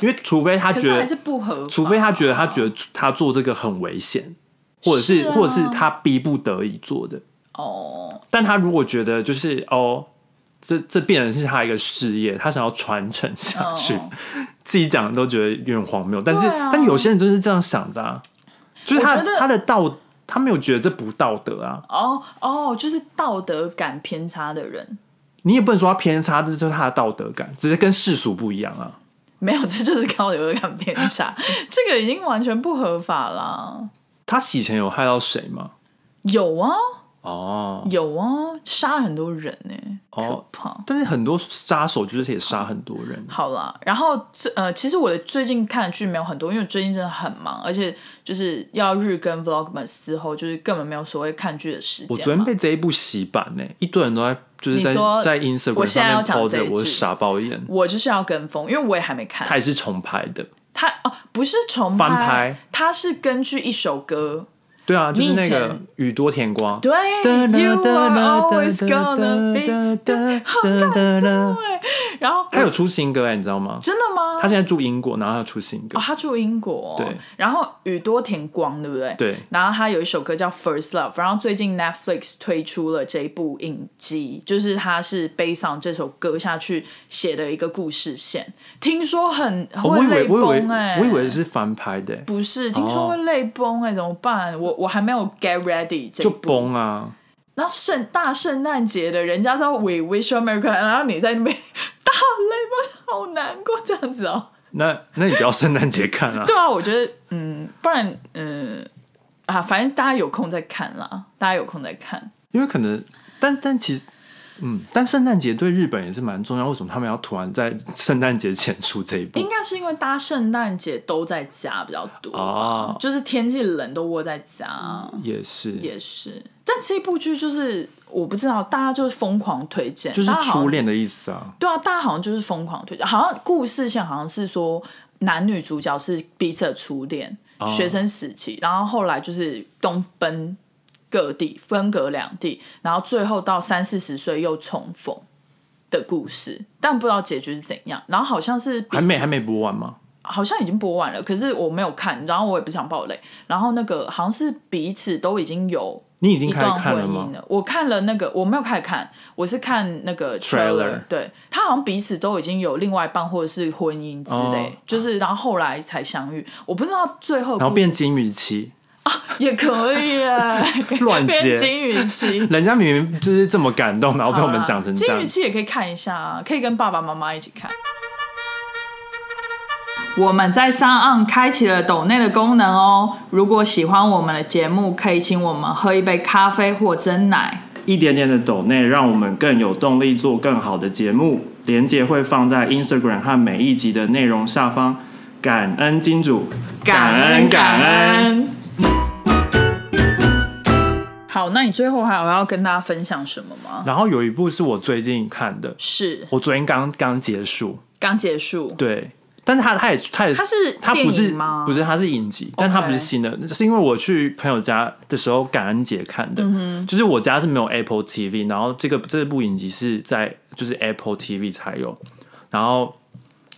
[SPEAKER 1] 因为除非他
[SPEAKER 2] 可
[SPEAKER 1] 觉
[SPEAKER 2] 是还
[SPEAKER 1] 得
[SPEAKER 2] 是不合法，
[SPEAKER 1] 除非他觉得他觉得他做这个很危险，或者是
[SPEAKER 2] 是啊
[SPEAKER 1] 或者是他逼不得已做的。
[SPEAKER 2] 哦，
[SPEAKER 1] 但他如果觉得就是哦，这这变成是他一个事业，他想要传承下去，
[SPEAKER 2] 哦
[SPEAKER 1] 自己讲的都觉得有点荒谬。但是、
[SPEAKER 2] 对啊
[SPEAKER 1] 但有些人就是这样想的、啊，就是他
[SPEAKER 2] 我觉得
[SPEAKER 1] 他的道，他没有觉得这不道德啊。
[SPEAKER 2] 哦哦，就是道德感偏差的人，
[SPEAKER 1] 你也不能说他偏差，这就是他的道德感，只是跟世俗不一样啊。
[SPEAKER 2] 没有，这就是高德感偏差，这个已经完全不合法啦。
[SPEAKER 1] 他洗钱有害到谁吗？
[SPEAKER 2] 有啊，
[SPEAKER 1] 哦
[SPEAKER 2] 有啊，杀了很多人呢、
[SPEAKER 1] 哦
[SPEAKER 2] 可怕。
[SPEAKER 1] 但是很多杀手就是也杀很多人，
[SPEAKER 2] 好啦，然后最呃，其实我的最近看的剧没有很多，因为我最近真的很忙，而且就是要日更 Vlogmas 之后，就是根本没有所谓看剧的时间嘛。
[SPEAKER 1] 我昨天被这一部洗版呢、一堆人都在就是在
[SPEAKER 2] 你说
[SPEAKER 1] 在
[SPEAKER 2] 我
[SPEAKER 1] Instagram
[SPEAKER 2] 现在
[SPEAKER 1] 上
[SPEAKER 2] 要
[SPEAKER 1] 面
[SPEAKER 2] 讲
[SPEAKER 1] 抛
[SPEAKER 2] 这
[SPEAKER 1] 着
[SPEAKER 2] 一句
[SPEAKER 1] 我傻爆眼，
[SPEAKER 2] 我就是要跟风，因为我也还没看
[SPEAKER 1] 它。也是重拍的，
[SPEAKER 2] 它哦、不是重
[SPEAKER 1] 翻拍
[SPEAKER 2] 它是根据一首歌。
[SPEAKER 1] 对啊，就是
[SPEAKER 2] 你以
[SPEAKER 1] 那个
[SPEAKER 2] 前
[SPEAKER 1] 宇多田光，
[SPEAKER 2] 对，You are always gonna be。然后
[SPEAKER 1] 他有出新歌哎、你知道吗？
[SPEAKER 2] 真的吗？
[SPEAKER 1] 他现在住英国，然后他有出新歌
[SPEAKER 2] 哦，，他住英国、
[SPEAKER 1] 对。
[SPEAKER 2] 然后宇多田光，对不对？
[SPEAKER 1] 对
[SPEAKER 2] 然后他有一首歌叫《First Love》，然后最近 Netflix 推出了这一部影集，就是他是悲伤这首歌下去写的一个故事线。听说很
[SPEAKER 1] 哦我
[SPEAKER 2] 会
[SPEAKER 1] 以为
[SPEAKER 2] 泪
[SPEAKER 1] 我以为
[SPEAKER 2] 崩哎、
[SPEAKER 1] 我以为是翻拍的、欸，
[SPEAKER 2] 不是，听说会泪崩哎、怎么办？我我还没有 get ready 这一
[SPEAKER 1] 就
[SPEAKER 2] 步。
[SPEAKER 1] 崩啊！
[SPEAKER 2] 然后圣大圣诞节的，人家都 We wish you a merry，Christmas，然后你在那边 大泪崩，好难过这样子哦。
[SPEAKER 1] 那那你不要圣诞节看啊，
[SPEAKER 2] 对啊，我觉得嗯，不然嗯啊，反正大家有空再看啦，大家有空再看。
[SPEAKER 1] 因为可能，但但其实，嗯，但圣诞节对日本也是蛮重要。为什么他们要突然在圣诞节前出这一
[SPEAKER 2] 应
[SPEAKER 1] 部？
[SPEAKER 2] 该是因为大家圣诞节都在家比较多吧，
[SPEAKER 1] 哦
[SPEAKER 2] 就是天气冷都窝在家，
[SPEAKER 1] 也是，
[SPEAKER 2] 也是。但这部剧就是我不知道，大家就是疯狂推荐，
[SPEAKER 1] 就是
[SPEAKER 2] 大家好像
[SPEAKER 1] 初恋的意思啊。
[SPEAKER 2] 对啊，大家好像就是疯狂推荐，好像故事线好像是说男女主角是彼此的初恋，学生时期，然后后来就是东奔各地，分隔两地，然后最后到三四十岁又重逢的故事，但不知道结局是怎样。然后好像是彼此
[SPEAKER 1] 还没还没播完吗？
[SPEAKER 2] 好像已经播完了，可是我没有看，然后我也不想暴雷。然后那个好像是彼此都已经有
[SPEAKER 1] 你已经
[SPEAKER 2] 一
[SPEAKER 1] 开始
[SPEAKER 2] 段
[SPEAKER 1] 看
[SPEAKER 2] 婚
[SPEAKER 1] 了
[SPEAKER 2] 姻
[SPEAKER 1] 吗？
[SPEAKER 2] 了。我看了那个，我没有开始看，我是看那个
[SPEAKER 1] Trailer
[SPEAKER 2] 对他好像彼此都已经有另外一半或者是婚姻之类，
[SPEAKER 1] 哦
[SPEAKER 2] 就是然后后来才相遇。我不知道最后
[SPEAKER 1] 然后
[SPEAKER 2] 故
[SPEAKER 1] 变金鱼期，
[SPEAKER 2] 也可以耶，
[SPEAKER 1] 乱接
[SPEAKER 2] 变金鱼期。
[SPEAKER 1] 人家明明就是这么感动，然后被我们讲成这
[SPEAKER 2] 金
[SPEAKER 1] 样
[SPEAKER 2] 鱼。期也可以看一下啊，可以跟爸爸妈妈一起看。我们在上岸开启了抖内的功能哦。如果喜欢我们的节目，可以请我们喝一杯咖啡或蒸奶。
[SPEAKER 1] 一点点的抖内，让我们更有动力做更好的节目。连接会放在 Instagram 和每一集的内容下方。感恩金主，
[SPEAKER 2] 感。恩。好，那你最后还有要跟大家分享什么吗？
[SPEAKER 1] 然后有一部是我最近看的，
[SPEAKER 2] 是
[SPEAKER 1] 我昨天刚刚结束，
[SPEAKER 2] 刚结束，
[SPEAKER 1] 对，但是他他也他也
[SPEAKER 2] 它是
[SPEAKER 1] 他不
[SPEAKER 2] 电
[SPEAKER 1] 是
[SPEAKER 2] 影吗
[SPEAKER 1] 不是他是影集，但他
[SPEAKER 2] OK
[SPEAKER 1] 不是新的，是因为我去朋友家的时候感恩节看
[SPEAKER 2] 嗯
[SPEAKER 1] 的，就是我家是没有 Apple TV，然后这个这部影集是在就是 Apple TV 才有，然后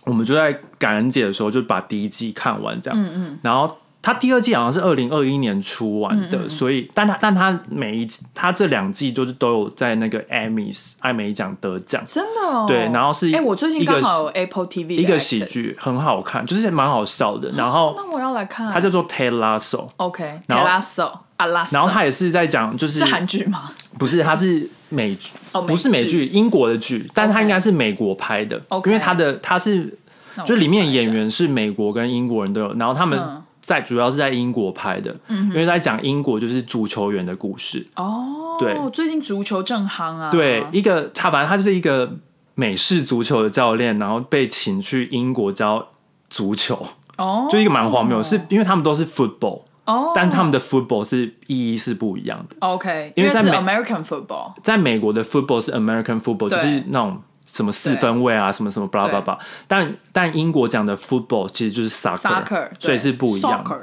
[SPEAKER 1] 我们就在感恩节的时候就把第一季看完这样，
[SPEAKER 2] 嗯
[SPEAKER 1] 然后。它第二季好像是二零二一年出完
[SPEAKER 2] 嗯
[SPEAKER 1] 的，所以，但它但它每一季，它这两季就是都有在那个 Emmys 艾美奖得奖，
[SPEAKER 2] 真的哦。
[SPEAKER 1] 对然后是
[SPEAKER 2] 哎、我最近
[SPEAKER 1] 一个
[SPEAKER 2] 刚好有 Apple TV 的
[SPEAKER 1] 一个喜
[SPEAKER 2] access 哦
[SPEAKER 1] 剧，很好看，就是蛮好笑的。然后
[SPEAKER 2] 那我要来看。
[SPEAKER 1] 它叫做 Ted Lasso，
[SPEAKER 2] OK，
[SPEAKER 1] 然后
[SPEAKER 2] 拉手阿拉手，
[SPEAKER 1] 然后它也是在讲，就是
[SPEAKER 2] 是韩剧吗
[SPEAKER 1] 不是它是美剧，
[SPEAKER 2] 哦美剧
[SPEAKER 1] 不是美剧，英国的剧，但它应该是美国拍的
[SPEAKER 2] OK
[SPEAKER 1] 因为它的它是
[SPEAKER 2] 那我
[SPEAKER 1] 就里面演
[SPEAKER 2] 来查一下
[SPEAKER 1] 员是美国跟英国人都有，然后他们
[SPEAKER 2] 嗯
[SPEAKER 1] 在主要是在英国拍的，因为在讲英国就是足球员的故事。
[SPEAKER 2] 哦，
[SPEAKER 1] 对
[SPEAKER 2] 最近足球正夯啊，
[SPEAKER 1] 对，一个他反正他就是一个美式足球的教练，然后被请去英国教足球，
[SPEAKER 2] 哦，
[SPEAKER 1] 就一个蛮荒谬，是因为他们都是 football。
[SPEAKER 2] 哦，
[SPEAKER 1] 但他们的 football 是意义是不一样的。
[SPEAKER 2] OK，
[SPEAKER 1] 因为在
[SPEAKER 2] 是
[SPEAKER 1] 美
[SPEAKER 2] American football，
[SPEAKER 1] 在美国的 football 是 American football，就
[SPEAKER 2] 对
[SPEAKER 1] 是那种什么四分位啊，什么什么 blah blah blah。但但英国讲的 football 其实就是 soccer，,
[SPEAKER 2] soccer，
[SPEAKER 1] 所以是不一样的。
[SPEAKER 2] ，soccer，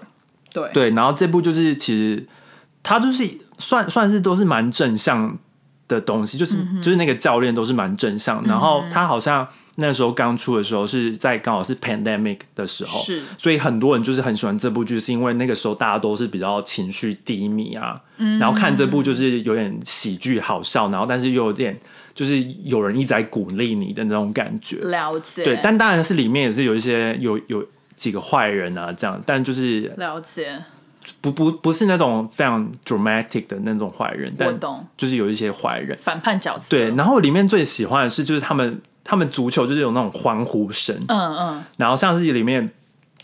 [SPEAKER 2] 对
[SPEAKER 1] 对，然后这部就是其实它就是算算是都是蛮正向的东西，
[SPEAKER 2] 嗯
[SPEAKER 1] 就是、就是那个教练都是蛮正向，然后他好像。那时候刚出的时候是在刚好是 pandemic 的时候，
[SPEAKER 2] 是
[SPEAKER 1] 所以很多人就是很喜欢这部剧，是因为那个时候大家都是比较情绪低迷啊，然后看这部就是有点喜剧好笑，然后但是又有点就是有人一直在鼓励你的那种感觉，
[SPEAKER 2] 了解，
[SPEAKER 1] 对，但当然是里面也是有一些有有几个坏人啊这样，但就是
[SPEAKER 2] 了解，
[SPEAKER 1] 不不不是那种非常 dramatic 的那种坏人，
[SPEAKER 2] 我
[SPEAKER 1] 但
[SPEAKER 2] 懂，
[SPEAKER 1] 就是有一些坏人。
[SPEAKER 2] 反叛角色，
[SPEAKER 1] 对，然后里面最喜欢的是就是他们他们足球就是有那种欢呼声，
[SPEAKER 2] 嗯嗯
[SPEAKER 1] 然后像是里面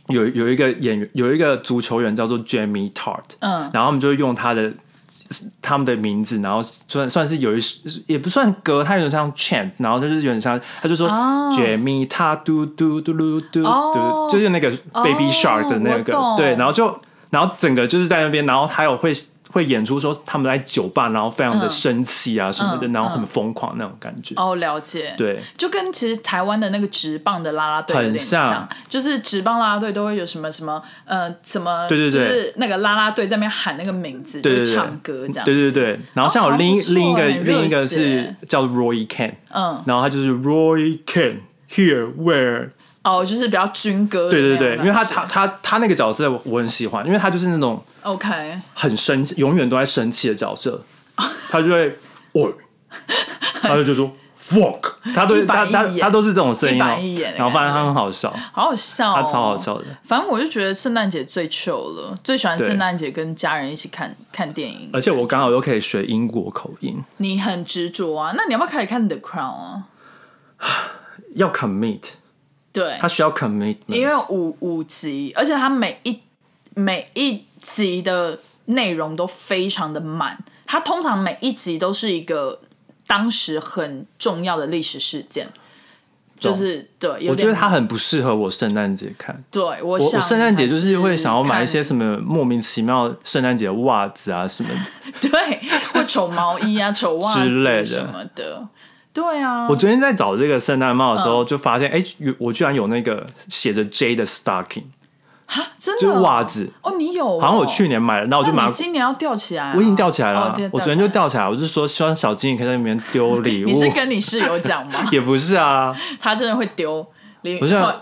[SPEAKER 1] 有有一个演员有一个足球员叫做 Jamie Tart，
[SPEAKER 2] 嗯，
[SPEAKER 1] 然后他们就会用他的他们的名字，然后算算是有一也不算歌，它有点像 chant，然后就是有点像，他就说
[SPEAKER 2] 哦
[SPEAKER 1] 绝密他嘟嘟嘟噜嘟
[SPEAKER 2] 哦
[SPEAKER 1] 嘟，就是那个 Baby Shark 的那个
[SPEAKER 2] 我懂，
[SPEAKER 1] 对，然后就然后整个就是在那边，然后还有会会演出说他们在酒吧，然后非常的
[SPEAKER 2] 嗯
[SPEAKER 1] 生气啊什么的，
[SPEAKER 2] 嗯
[SPEAKER 1] 然后很疯狂那种感觉，
[SPEAKER 2] 哦，了解，，
[SPEAKER 1] 对。
[SPEAKER 2] 就跟其实台湾的那个职棒的啦啦队有
[SPEAKER 1] 很
[SPEAKER 2] 点像，
[SPEAKER 1] 像
[SPEAKER 2] 就是职棒啦啦队都会有什么什么呃什么，
[SPEAKER 1] 对对对
[SPEAKER 2] 就是那个啦啦队在那边喊那个名字，
[SPEAKER 1] 对对对，
[SPEAKER 2] 就是唱歌这样，
[SPEAKER 1] 对对对，然后像有
[SPEAKER 2] 哦
[SPEAKER 1] 另、
[SPEAKER 2] 还不错
[SPEAKER 1] 另一个
[SPEAKER 2] 很热
[SPEAKER 1] 另一个
[SPEAKER 2] 血
[SPEAKER 1] 是叫 Roy Can，
[SPEAKER 2] 嗯，
[SPEAKER 1] 然后他就是 Roy Can here where，
[SPEAKER 2] 哦，就是比较军歌的
[SPEAKER 1] 对
[SPEAKER 2] 那
[SPEAKER 1] 对
[SPEAKER 2] 种感觉，
[SPEAKER 1] 对，因为他他他他那个角色我很喜欢，因为他就是那种
[SPEAKER 2] OK，
[SPEAKER 1] 很生气，永远都在生气的角 色，他就会我，他就就 说 fuck，他都
[SPEAKER 2] 一板
[SPEAKER 1] 他
[SPEAKER 2] 一
[SPEAKER 1] 他
[SPEAKER 2] 眼
[SPEAKER 1] 他都是这种声音、
[SPEAKER 2] 一板一眼
[SPEAKER 1] 哦
[SPEAKER 2] 的，
[SPEAKER 1] 然后反正
[SPEAKER 2] 感觉
[SPEAKER 1] 他很好笑，
[SPEAKER 2] 好好笑、哦，
[SPEAKER 1] 他超好笑的，
[SPEAKER 2] 反正我就觉得圣诞节最 chill 了，最喜欢
[SPEAKER 1] 对呃
[SPEAKER 2] 圣诞节跟家人一起看看电影。
[SPEAKER 1] 而且我刚好又可以学英国口音，
[SPEAKER 2] 你很执着啊，那你要不要开始看《The Crown》啊？
[SPEAKER 1] 要 commit，
[SPEAKER 2] 对
[SPEAKER 1] 他，需要 commit，
[SPEAKER 2] 因为五五集，而且它每一每一集的内容都非常的满，它通常每一集都是一个当时很重要的历史事件，就是对，有
[SPEAKER 1] 我觉得
[SPEAKER 2] 点
[SPEAKER 1] 他很不适合我圣诞节看。
[SPEAKER 2] 对我
[SPEAKER 1] 我我
[SPEAKER 2] 想
[SPEAKER 1] 圣诞节就是会想要买一些
[SPEAKER 2] 还是
[SPEAKER 1] 什么莫名其妙圣诞节的袜子啊什么 的。
[SPEAKER 2] 对，或丑毛衣啊、丑袜子
[SPEAKER 1] 之类的
[SPEAKER 2] 什么的。对啊，
[SPEAKER 1] 我昨天在找这个圣诞帽的时
[SPEAKER 2] 嗯
[SPEAKER 1] 候，就发现哎、有我居然有那个写着 J 的 stocking，
[SPEAKER 2] 哈，真的
[SPEAKER 1] 就是
[SPEAKER 2] 哦
[SPEAKER 1] 袜子
[SPEAKER 2] 哦，你有、哦？
[SPEAKER 1] 好像我去，年买了，那我就
[SPEAKER 2] 那
[SPEAKER 1] 买
[SPEAKER 2] 你。今年要吊起来啊、
[SPEAKER 1] 我已经吊起来了啊、
[SPEAKER 2] 哦对
[SPEAKER 1] 我昨天就
[SPEAKER 2] 起来。
[SPEAKER 1] 吊起来，我就说希望小金也可以在里面 丢礼物。？
[SPEAKER 2] 你是跟你室友讲吗
[SPEAKER 1] 也不是啊，
[SPEAKER 2] 他真的会丢，里
[SPEAKER 1] 我想
[SPEAKER 2] 然后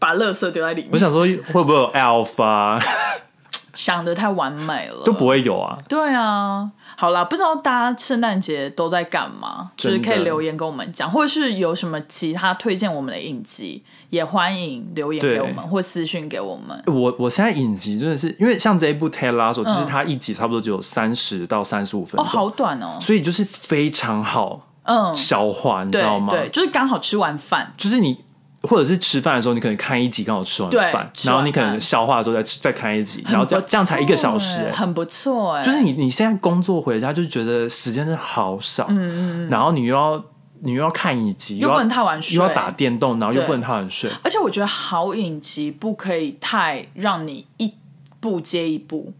[SPEAKER 2] 把垃圾丢在里面。
[SPEAKER 1] 我想说会啊不会有 alpha，、啊、
[SPEAKER 2] 想的太完美了，
[SPEAKER 1] 都不会有啊。
[SPEAKER 2] 对啊，好啦，不知道大家圣诞节都在干嘛，就是
[SPEAKER 1] 真的
[SPEAKER 2] 可以留言跟我们讲，或者是有什么其他推荐我们的影集，也欢迎留言给我们
[SPEAKER 1] 对
[SPEAKER 2] 或私讯给我们。
[SPEAKER 1] 我我现在影集真的是，因为像这一部《Ted Lasso》，就是
[SPEAKER 2] 嗯
[SPEAKER 1] 它一集差不多只有三十到三十五分钟，
[SPEAKER 2] 哦，好短哦，
[SPEAKER 1] 所以就是非常好
[SPEAKER 2] 嗯，
[SPEAKER 1] 消化，你知
[SPEAKER 2] 对
[SPEAKER 1] 道吗？
[SPEAKER 2] 对，就是刚好吃完饭，
[SPEAKER 1] 就是你或者是吃饭的时候，你可能看一集刚好吃完
[SPEAKER 2] 对
[SPEAKER 1] 饭，
[SPEAKER 2] 吃完
[SPEAKER 1] 然后你可能
[SPEAKER 2] 饭
[SPEAKER 1] 消化的时候再吃再看一集，然后这样
[SPEAKER 2] 不
[SPEAKER 1] 这样才一个小时、
[SPEAKER 2] 错欸
[SPEAKER 1] 欸。
[SPEAKER 2] 很不错哎、
[SPEAKER 1] 就是你你现在工作回家就觉得时间真的好少，嗯嗯，然后你又要你又要看一集，
[SPEAKER 2] 又
[SPEAKER 1] 要
[SPEAKER 2] 不能太晚睡
[SPEAKER 1] 又要打电动，然后又
[SPEAKER 2] 对
[SPEAKER 1] 不能太晚睡，
[SPEAKER 2] 而且我觉得好影集不可以太让你一步接一步，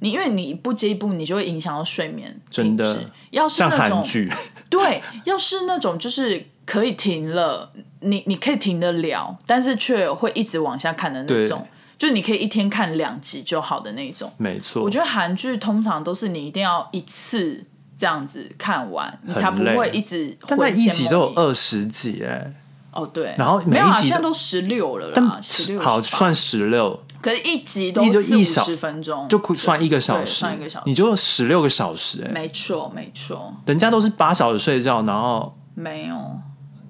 [SPEAKER 2] 你因为你一步接一步，你就会影响到睡眠
[SPEAKER 1] 真
[SPEAKER 2] 品
[SPEAKER 1] 的
[SPEAKER 2] 质要是
[SPEAKER 1] 像
[SPEAKER 2] 那
[SPEAKER 1] 韩
[SPEAKER 2] 种
[SPEAKER 1] 剧，
[SPEAKER 2] 对，要是那种就是可以停了，你你可以停得了，但是却会一直往下看的那
[SPEAKER 1] 对
[SPEAKER 2] 种，就你可以一天看两集就好的那种。
[SPEAKER 1] 没错
[SPEAKER 2] 我，觉得韩剧通常都是你一定要一次这样子看完，你
[SPEAKER 1] 很
[SPEAKER 2] 才不
[SPEAKER 1] 累
[SPEAKER 2] 会一直
[SPEAKER 1] 但它
[SPEAKER 2] 魂
[SPEAKER 1] 一
[SPEAKER 2] 牵
[SPEAKER 1] 集
[SPEAKER 2] 梦
[SPEAKER 1] 都有
[SPEAKER 2] 萦
[SPEAKER 1] 二十集哎，
[SPEAKER 2] 哦，对，
[SPEAKER 1] 然后每
[SPEAKER 2] 没有
[SPEAKER 1] 一
[SPEAKER 2] 啊，
[SPEAKER 1] 集
[SPEAKER 2] 现在
[SPEAKER 1] 都
[SPEAKER 2] 都十六了啦
[SPEAKER 1] 但，
[SPEAKER 2] 啊十六
[SPEAKER 1] 好算，十六，
[SPEAKER 2] 可是一集都
[SPEAKER 1] 一就
[SPEAKER 2] 四
[SPEAKER 1] 一
[SPEAKER 2] 五
[SPEAKER 1] 小
[SPEAKER 2] 十分钟，
[SPEAKER 1] 就算一个小
[SPEAKER 2] 对
[SPEAKER 1] 时，
[SPEAKER 2] 算一个小时
[SPEAKER 1] 你就十六个小时哎，
[SPEAKER 2] 没错没错，
[SPEAKER 1] 人家都是八小时睡觉，然后
[SPEAKER 2] 没有。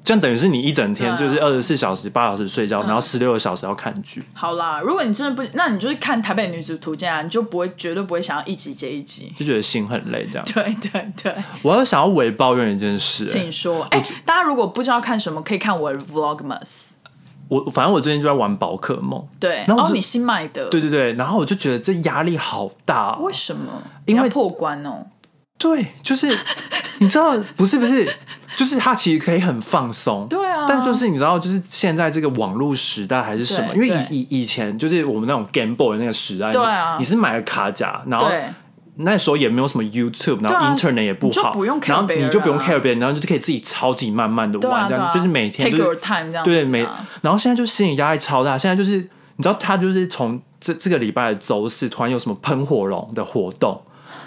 [SPEAKER 1] 这样等于是你一整天
[SPEAKER 2] 对啊嗯
[SPEAKER 1] 就是二十四小时、八小时睡觉，然后十六个小时要看剧。
[SPEAKER 2] 好啦，如果你真的不，那你就是看《台北女子图鉴》啊，你就不会绝对不会想要一集接一集。
[SPEAKER 1] 就觉得心很累，这样。
[SPEAKER 2] 对对对，
[SPEAKER 1] 我要想要伪抱怨一件事、
[SPEAKER 2] 请说。哎、大家如果不知道看什么，可以看我的 Vlogmas。
[SPEAKER 1] 我反正我最近就在玩宝可梦，
[SPEAKER 2] 对，
[SPEAKER 1] 然后我
[SPEAKER 2] 哦，
[SPEAKER 1] 就
[SPEAKER 2] 你新买的，
[SPEAKER 1] 对对对，然后我就觉得这压力好大哦、
[SPEAKER 2] 为什么？
[SPEAKER 1] 因为
[SPEAKER 2] 你要破关哦。
[SPEAKER 1] 对，就是 你知道，不是不是，就是它其实可以很放松，
[SPEAKER 2] 对啊
[SPEAKER 1] 但就是你知道，就是现在这个网络时代还是什么？因
[SPEAKER 2] 对
[SPEAKER 1] 为
[SPEAKER 2] 对
[SPEAKER 1] 以以以前就是我们那种 Game Boy 那个时代，
[SPEAKER 2] 对啊
[SPEAKER 1] 你是买了卡夹，然后
[SPEAKER 2] 对
[SPEAKER 1] 那时候也没有什么 YouTube，然
[SPEAKER 2] 对啊
[SPEAKER 1] 后 Internet 也不
[SPEAKER 2] 你就
[SPEAKER 1] 好，
[SPEAKER 2] 不用 care
[SPEAKER 1] 然后
[SPEAKER 2] 别人
[SPEAKER 1] 你就不用
[SPEAKER 2] 啊
[SPEAKER 1] care 别人，然后就是可以自己超级慢慢的
[SPEAKER 2] 对啊
[SPEAKER 1] 玩，这
[SPEAKER 2] 对
[SPEAKER 1] 样
[SPEAKER 2] 啊，
[SPEAKER 1] 就是每天
[SPEAKER 2] take
[SPEAKER 1] 就
[SPEAKER 2] your
[SPEAKER 1] 是
[SPEAKER 2] time 这样子啊。
[SPEAKER 1] 对每，然后现在就心理压力超大，现在就是你知道他就是从这这个礼拜的周四突然有什么喷火龙的活动。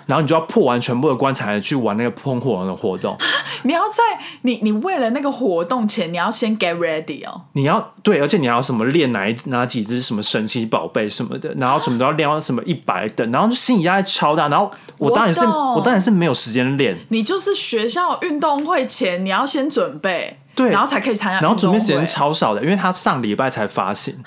[SPEAKER 1] 然后你就要破完全部的关才去玩那个喷火龙的活动，
[SPEAKER 2] 你要在你你为了那个活动前，你要先 get ready 哦。
[SPEAKER 1] 你要对，而且你要什么练哪一哪几只什么神奇宝贝什么的，然后什么都要练到什么一百等，然后就心理压力超大。然后我
[SPEAKER 2] 我
[SPEAKER 1] 当然是
[SPEAKER 2] 懂
[SPEAKER 1] 我当然是没有时间练，
[SPEAKER 2] 你就是学校运动会前，你要先准备，
[SPEAKER 1] 对
[SPEAKER 2] 然后才可以参加运
[SPEAKER 1] 然
[SPEAKER 2] 动会。
[SPEAKER 1] 后准备时间超少的，因为他上礼拜才发行，
[SPEAKER 2] 为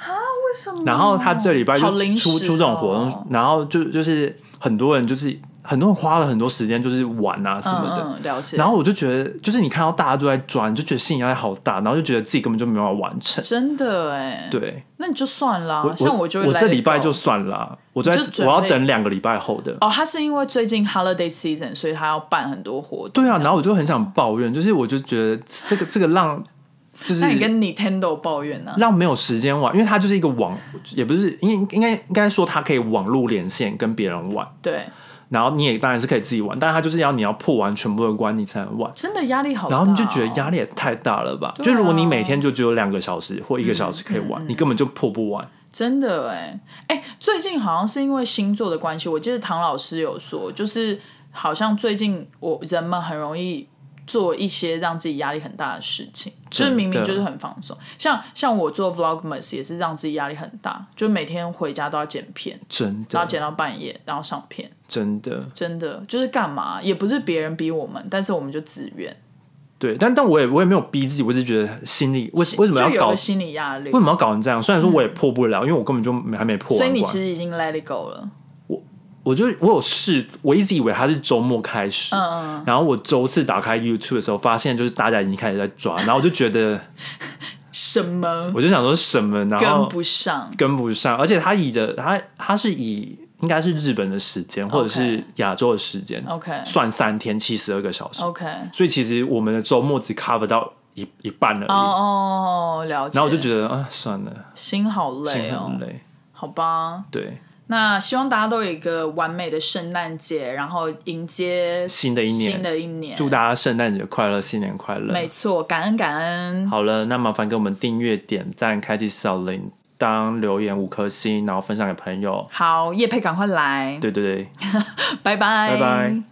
[SPEAKER 2] 什么？
[SPEAKER 1] 然后他这礼拜就
[SPEAKER 2] 啊好临
[SPEAKER 1] 出
[SPEAKER 2] 时
[SPEAKER 1] 出这种活
[SPEAKER 2] 哦
[SPEAKER 1] 动，然后就就是很多人就是很多人花了很多时间就是玩啊什么的。
[SPEAKER 2] 嗯嗯，了解。
[SPEAKER 1] 然后我就觉得，就是你看到大家都在转，就觉得心理压力好大，然后就觉得自己根本就没有办法完成。
[SPEAKER 2] 真的哎，，
[SPEAKER 1] 对，
[SPEAKER 2] 那你就算啦。
[SPEAKER 1] 我
[SPEAKER 2] 啊像
[SPEAKER 1] 我
[SPEAKER 2] 就会
[SPEAKER 1] 我
[SPEAKER 2] let
[SPEAKER 1] 这
[SPEAKER 2] it
[SPEAKER 1] 礼拜
[SPEAKER 2] go
[SPEAKER 1] 就算了，我在
[SPEAKER 2] 你就准
[SPEAKER 1] 我
[SPEAKER 2] 备
[SPEAKER 1] 要等两个礼拜后的。
[SPEAKER 2] 哦，他是因为最近 holiday season，所以他要办很多活动。
[SPEAKER 1] 对啊，然后我就很想抱怨，就是我就觉得这个这个让就是
[SPEAKER 2] 那你跟 Nintendo 抱怨啊呢、
[SPEAKER 1] 让没有时间玩，因为它就是一个网，也不是应应该应该说它可以网路连线跟别人玩，
[SPEAKER 2] 对，
[SPEAKER 1] 然后你也当然是可以自己玩，但是它就是要你要破完全部的关你才能玩。
[SPEAKER 2] 真的压力好大、
[SPEAKER 1] 然
[SPEAKER 2] 哦。
[SPEAKER 1] 后你就觉得压力也太大了吧？
[SPEAKER 2] 对啊
[SPEAKER 1] 就如果你每天就只有两个小时或一个小时可以
[SPEAKER 2] 嗯
[SPEAKER 1] 玩，你根本就破不完。
[SPEAKER 2] 真的哎哎，最近好像是因为星座的关系，我记得唐老师有说，就是好像最近我人们很容易做一些让自己压力很大的事情，就是
[SPEAKER 1] 真的
[SPEAKER 2] 明明就是很放松，像像我做 vlogmas 也是让自己压力很大，就每天回家都要剪片，
[SPEAKER 1] 真
[SPEAKER 2] 然后
[SPEAKER 1] 的，
[SPEAKER 2] 剪到半夜，然后上片，
[SPEAKER 1] 真的，
[SPEAKER 2] 真的就是干嘛也不是别人逼我们，但是我们就自愿。
[SPEAKER 1] 对。但但我也我也没有逼自己，我只是觉得心里为为什么要
[SPEAKER 2] 就有
[SPEAKER 1] 搞
[SPEAKER 2] 了？心理压力
[SPEAKER 1] 为？什么要搞成这样？虽然说我也破不了，因为我根本就没还没破
[SPEAKER 2] 所以
[SPEAKER 1] 完
[SPEAKER 2] 你
[SPEAKER 1] 关
[SPEAKER 2] 其。实已经 let it go 了。
[SPEAKER 1] 我就我有试，我一直以为它是周末开始，
[SPEAKER 2] 嗯，
[SPEAKER 1] 然后我周四打开 YouTube 的时候，发现就是大家已经开始在 抓，然后我就觉得，
[SPEAKER 2] 什么
[SPEAKER 1] 我就想说什么，然
[SPEAKER 2] 跟
[SPEAKER 1] 后
[SPEAKER 2] 不上？
[SPEAKER 1] 跟不上，而且他以的他他是以应该是日本的时间或者是亚洲的时间
[SPEAKER 2] OK
[SPEAKER 1] 算三天七十二个小时
[SPEAKER 2] OK，
[SPEAKER 1] 所以其实我们的周末只 cover 到一一半而已。
[SPEAKER 2] 哦哦，了解。
[SPEAKER 1] 然后我就
[SPEAKER 2] 得
[SPEAKER 1] 觉得啊，算了，
[SPEAKER 2] 心好累
[SPEAKER 1] 心
[SPEAKER 2] 哦
[SPEAKER 1] 很。累。
[SPEAKER 2] 好吧，
[SPEAKER 1] 对，
[SPEAKER 2] 那希望大家都有一个完美的圣诞节，然后迎接
[SPEAKER 1] 新的一年
[SPEAKER 2] 新的一年。
[SPEAKER 1] 祝大家圣诞节快乐，新年快乐。
[SPEAKER 2] 没错，感恩感恩。
[SPEAKER 1] 好了，那麻烦给我们订阅、点赞、开启小铃铛、留言五颗星，然后分享给朋友。
[SPEAKER 2] 好，叶佩赶快来，
[SPEAKER 1] 对对对，
[SPEAKER 2] 拜拜，
[SPEAKER 1] 拜拜。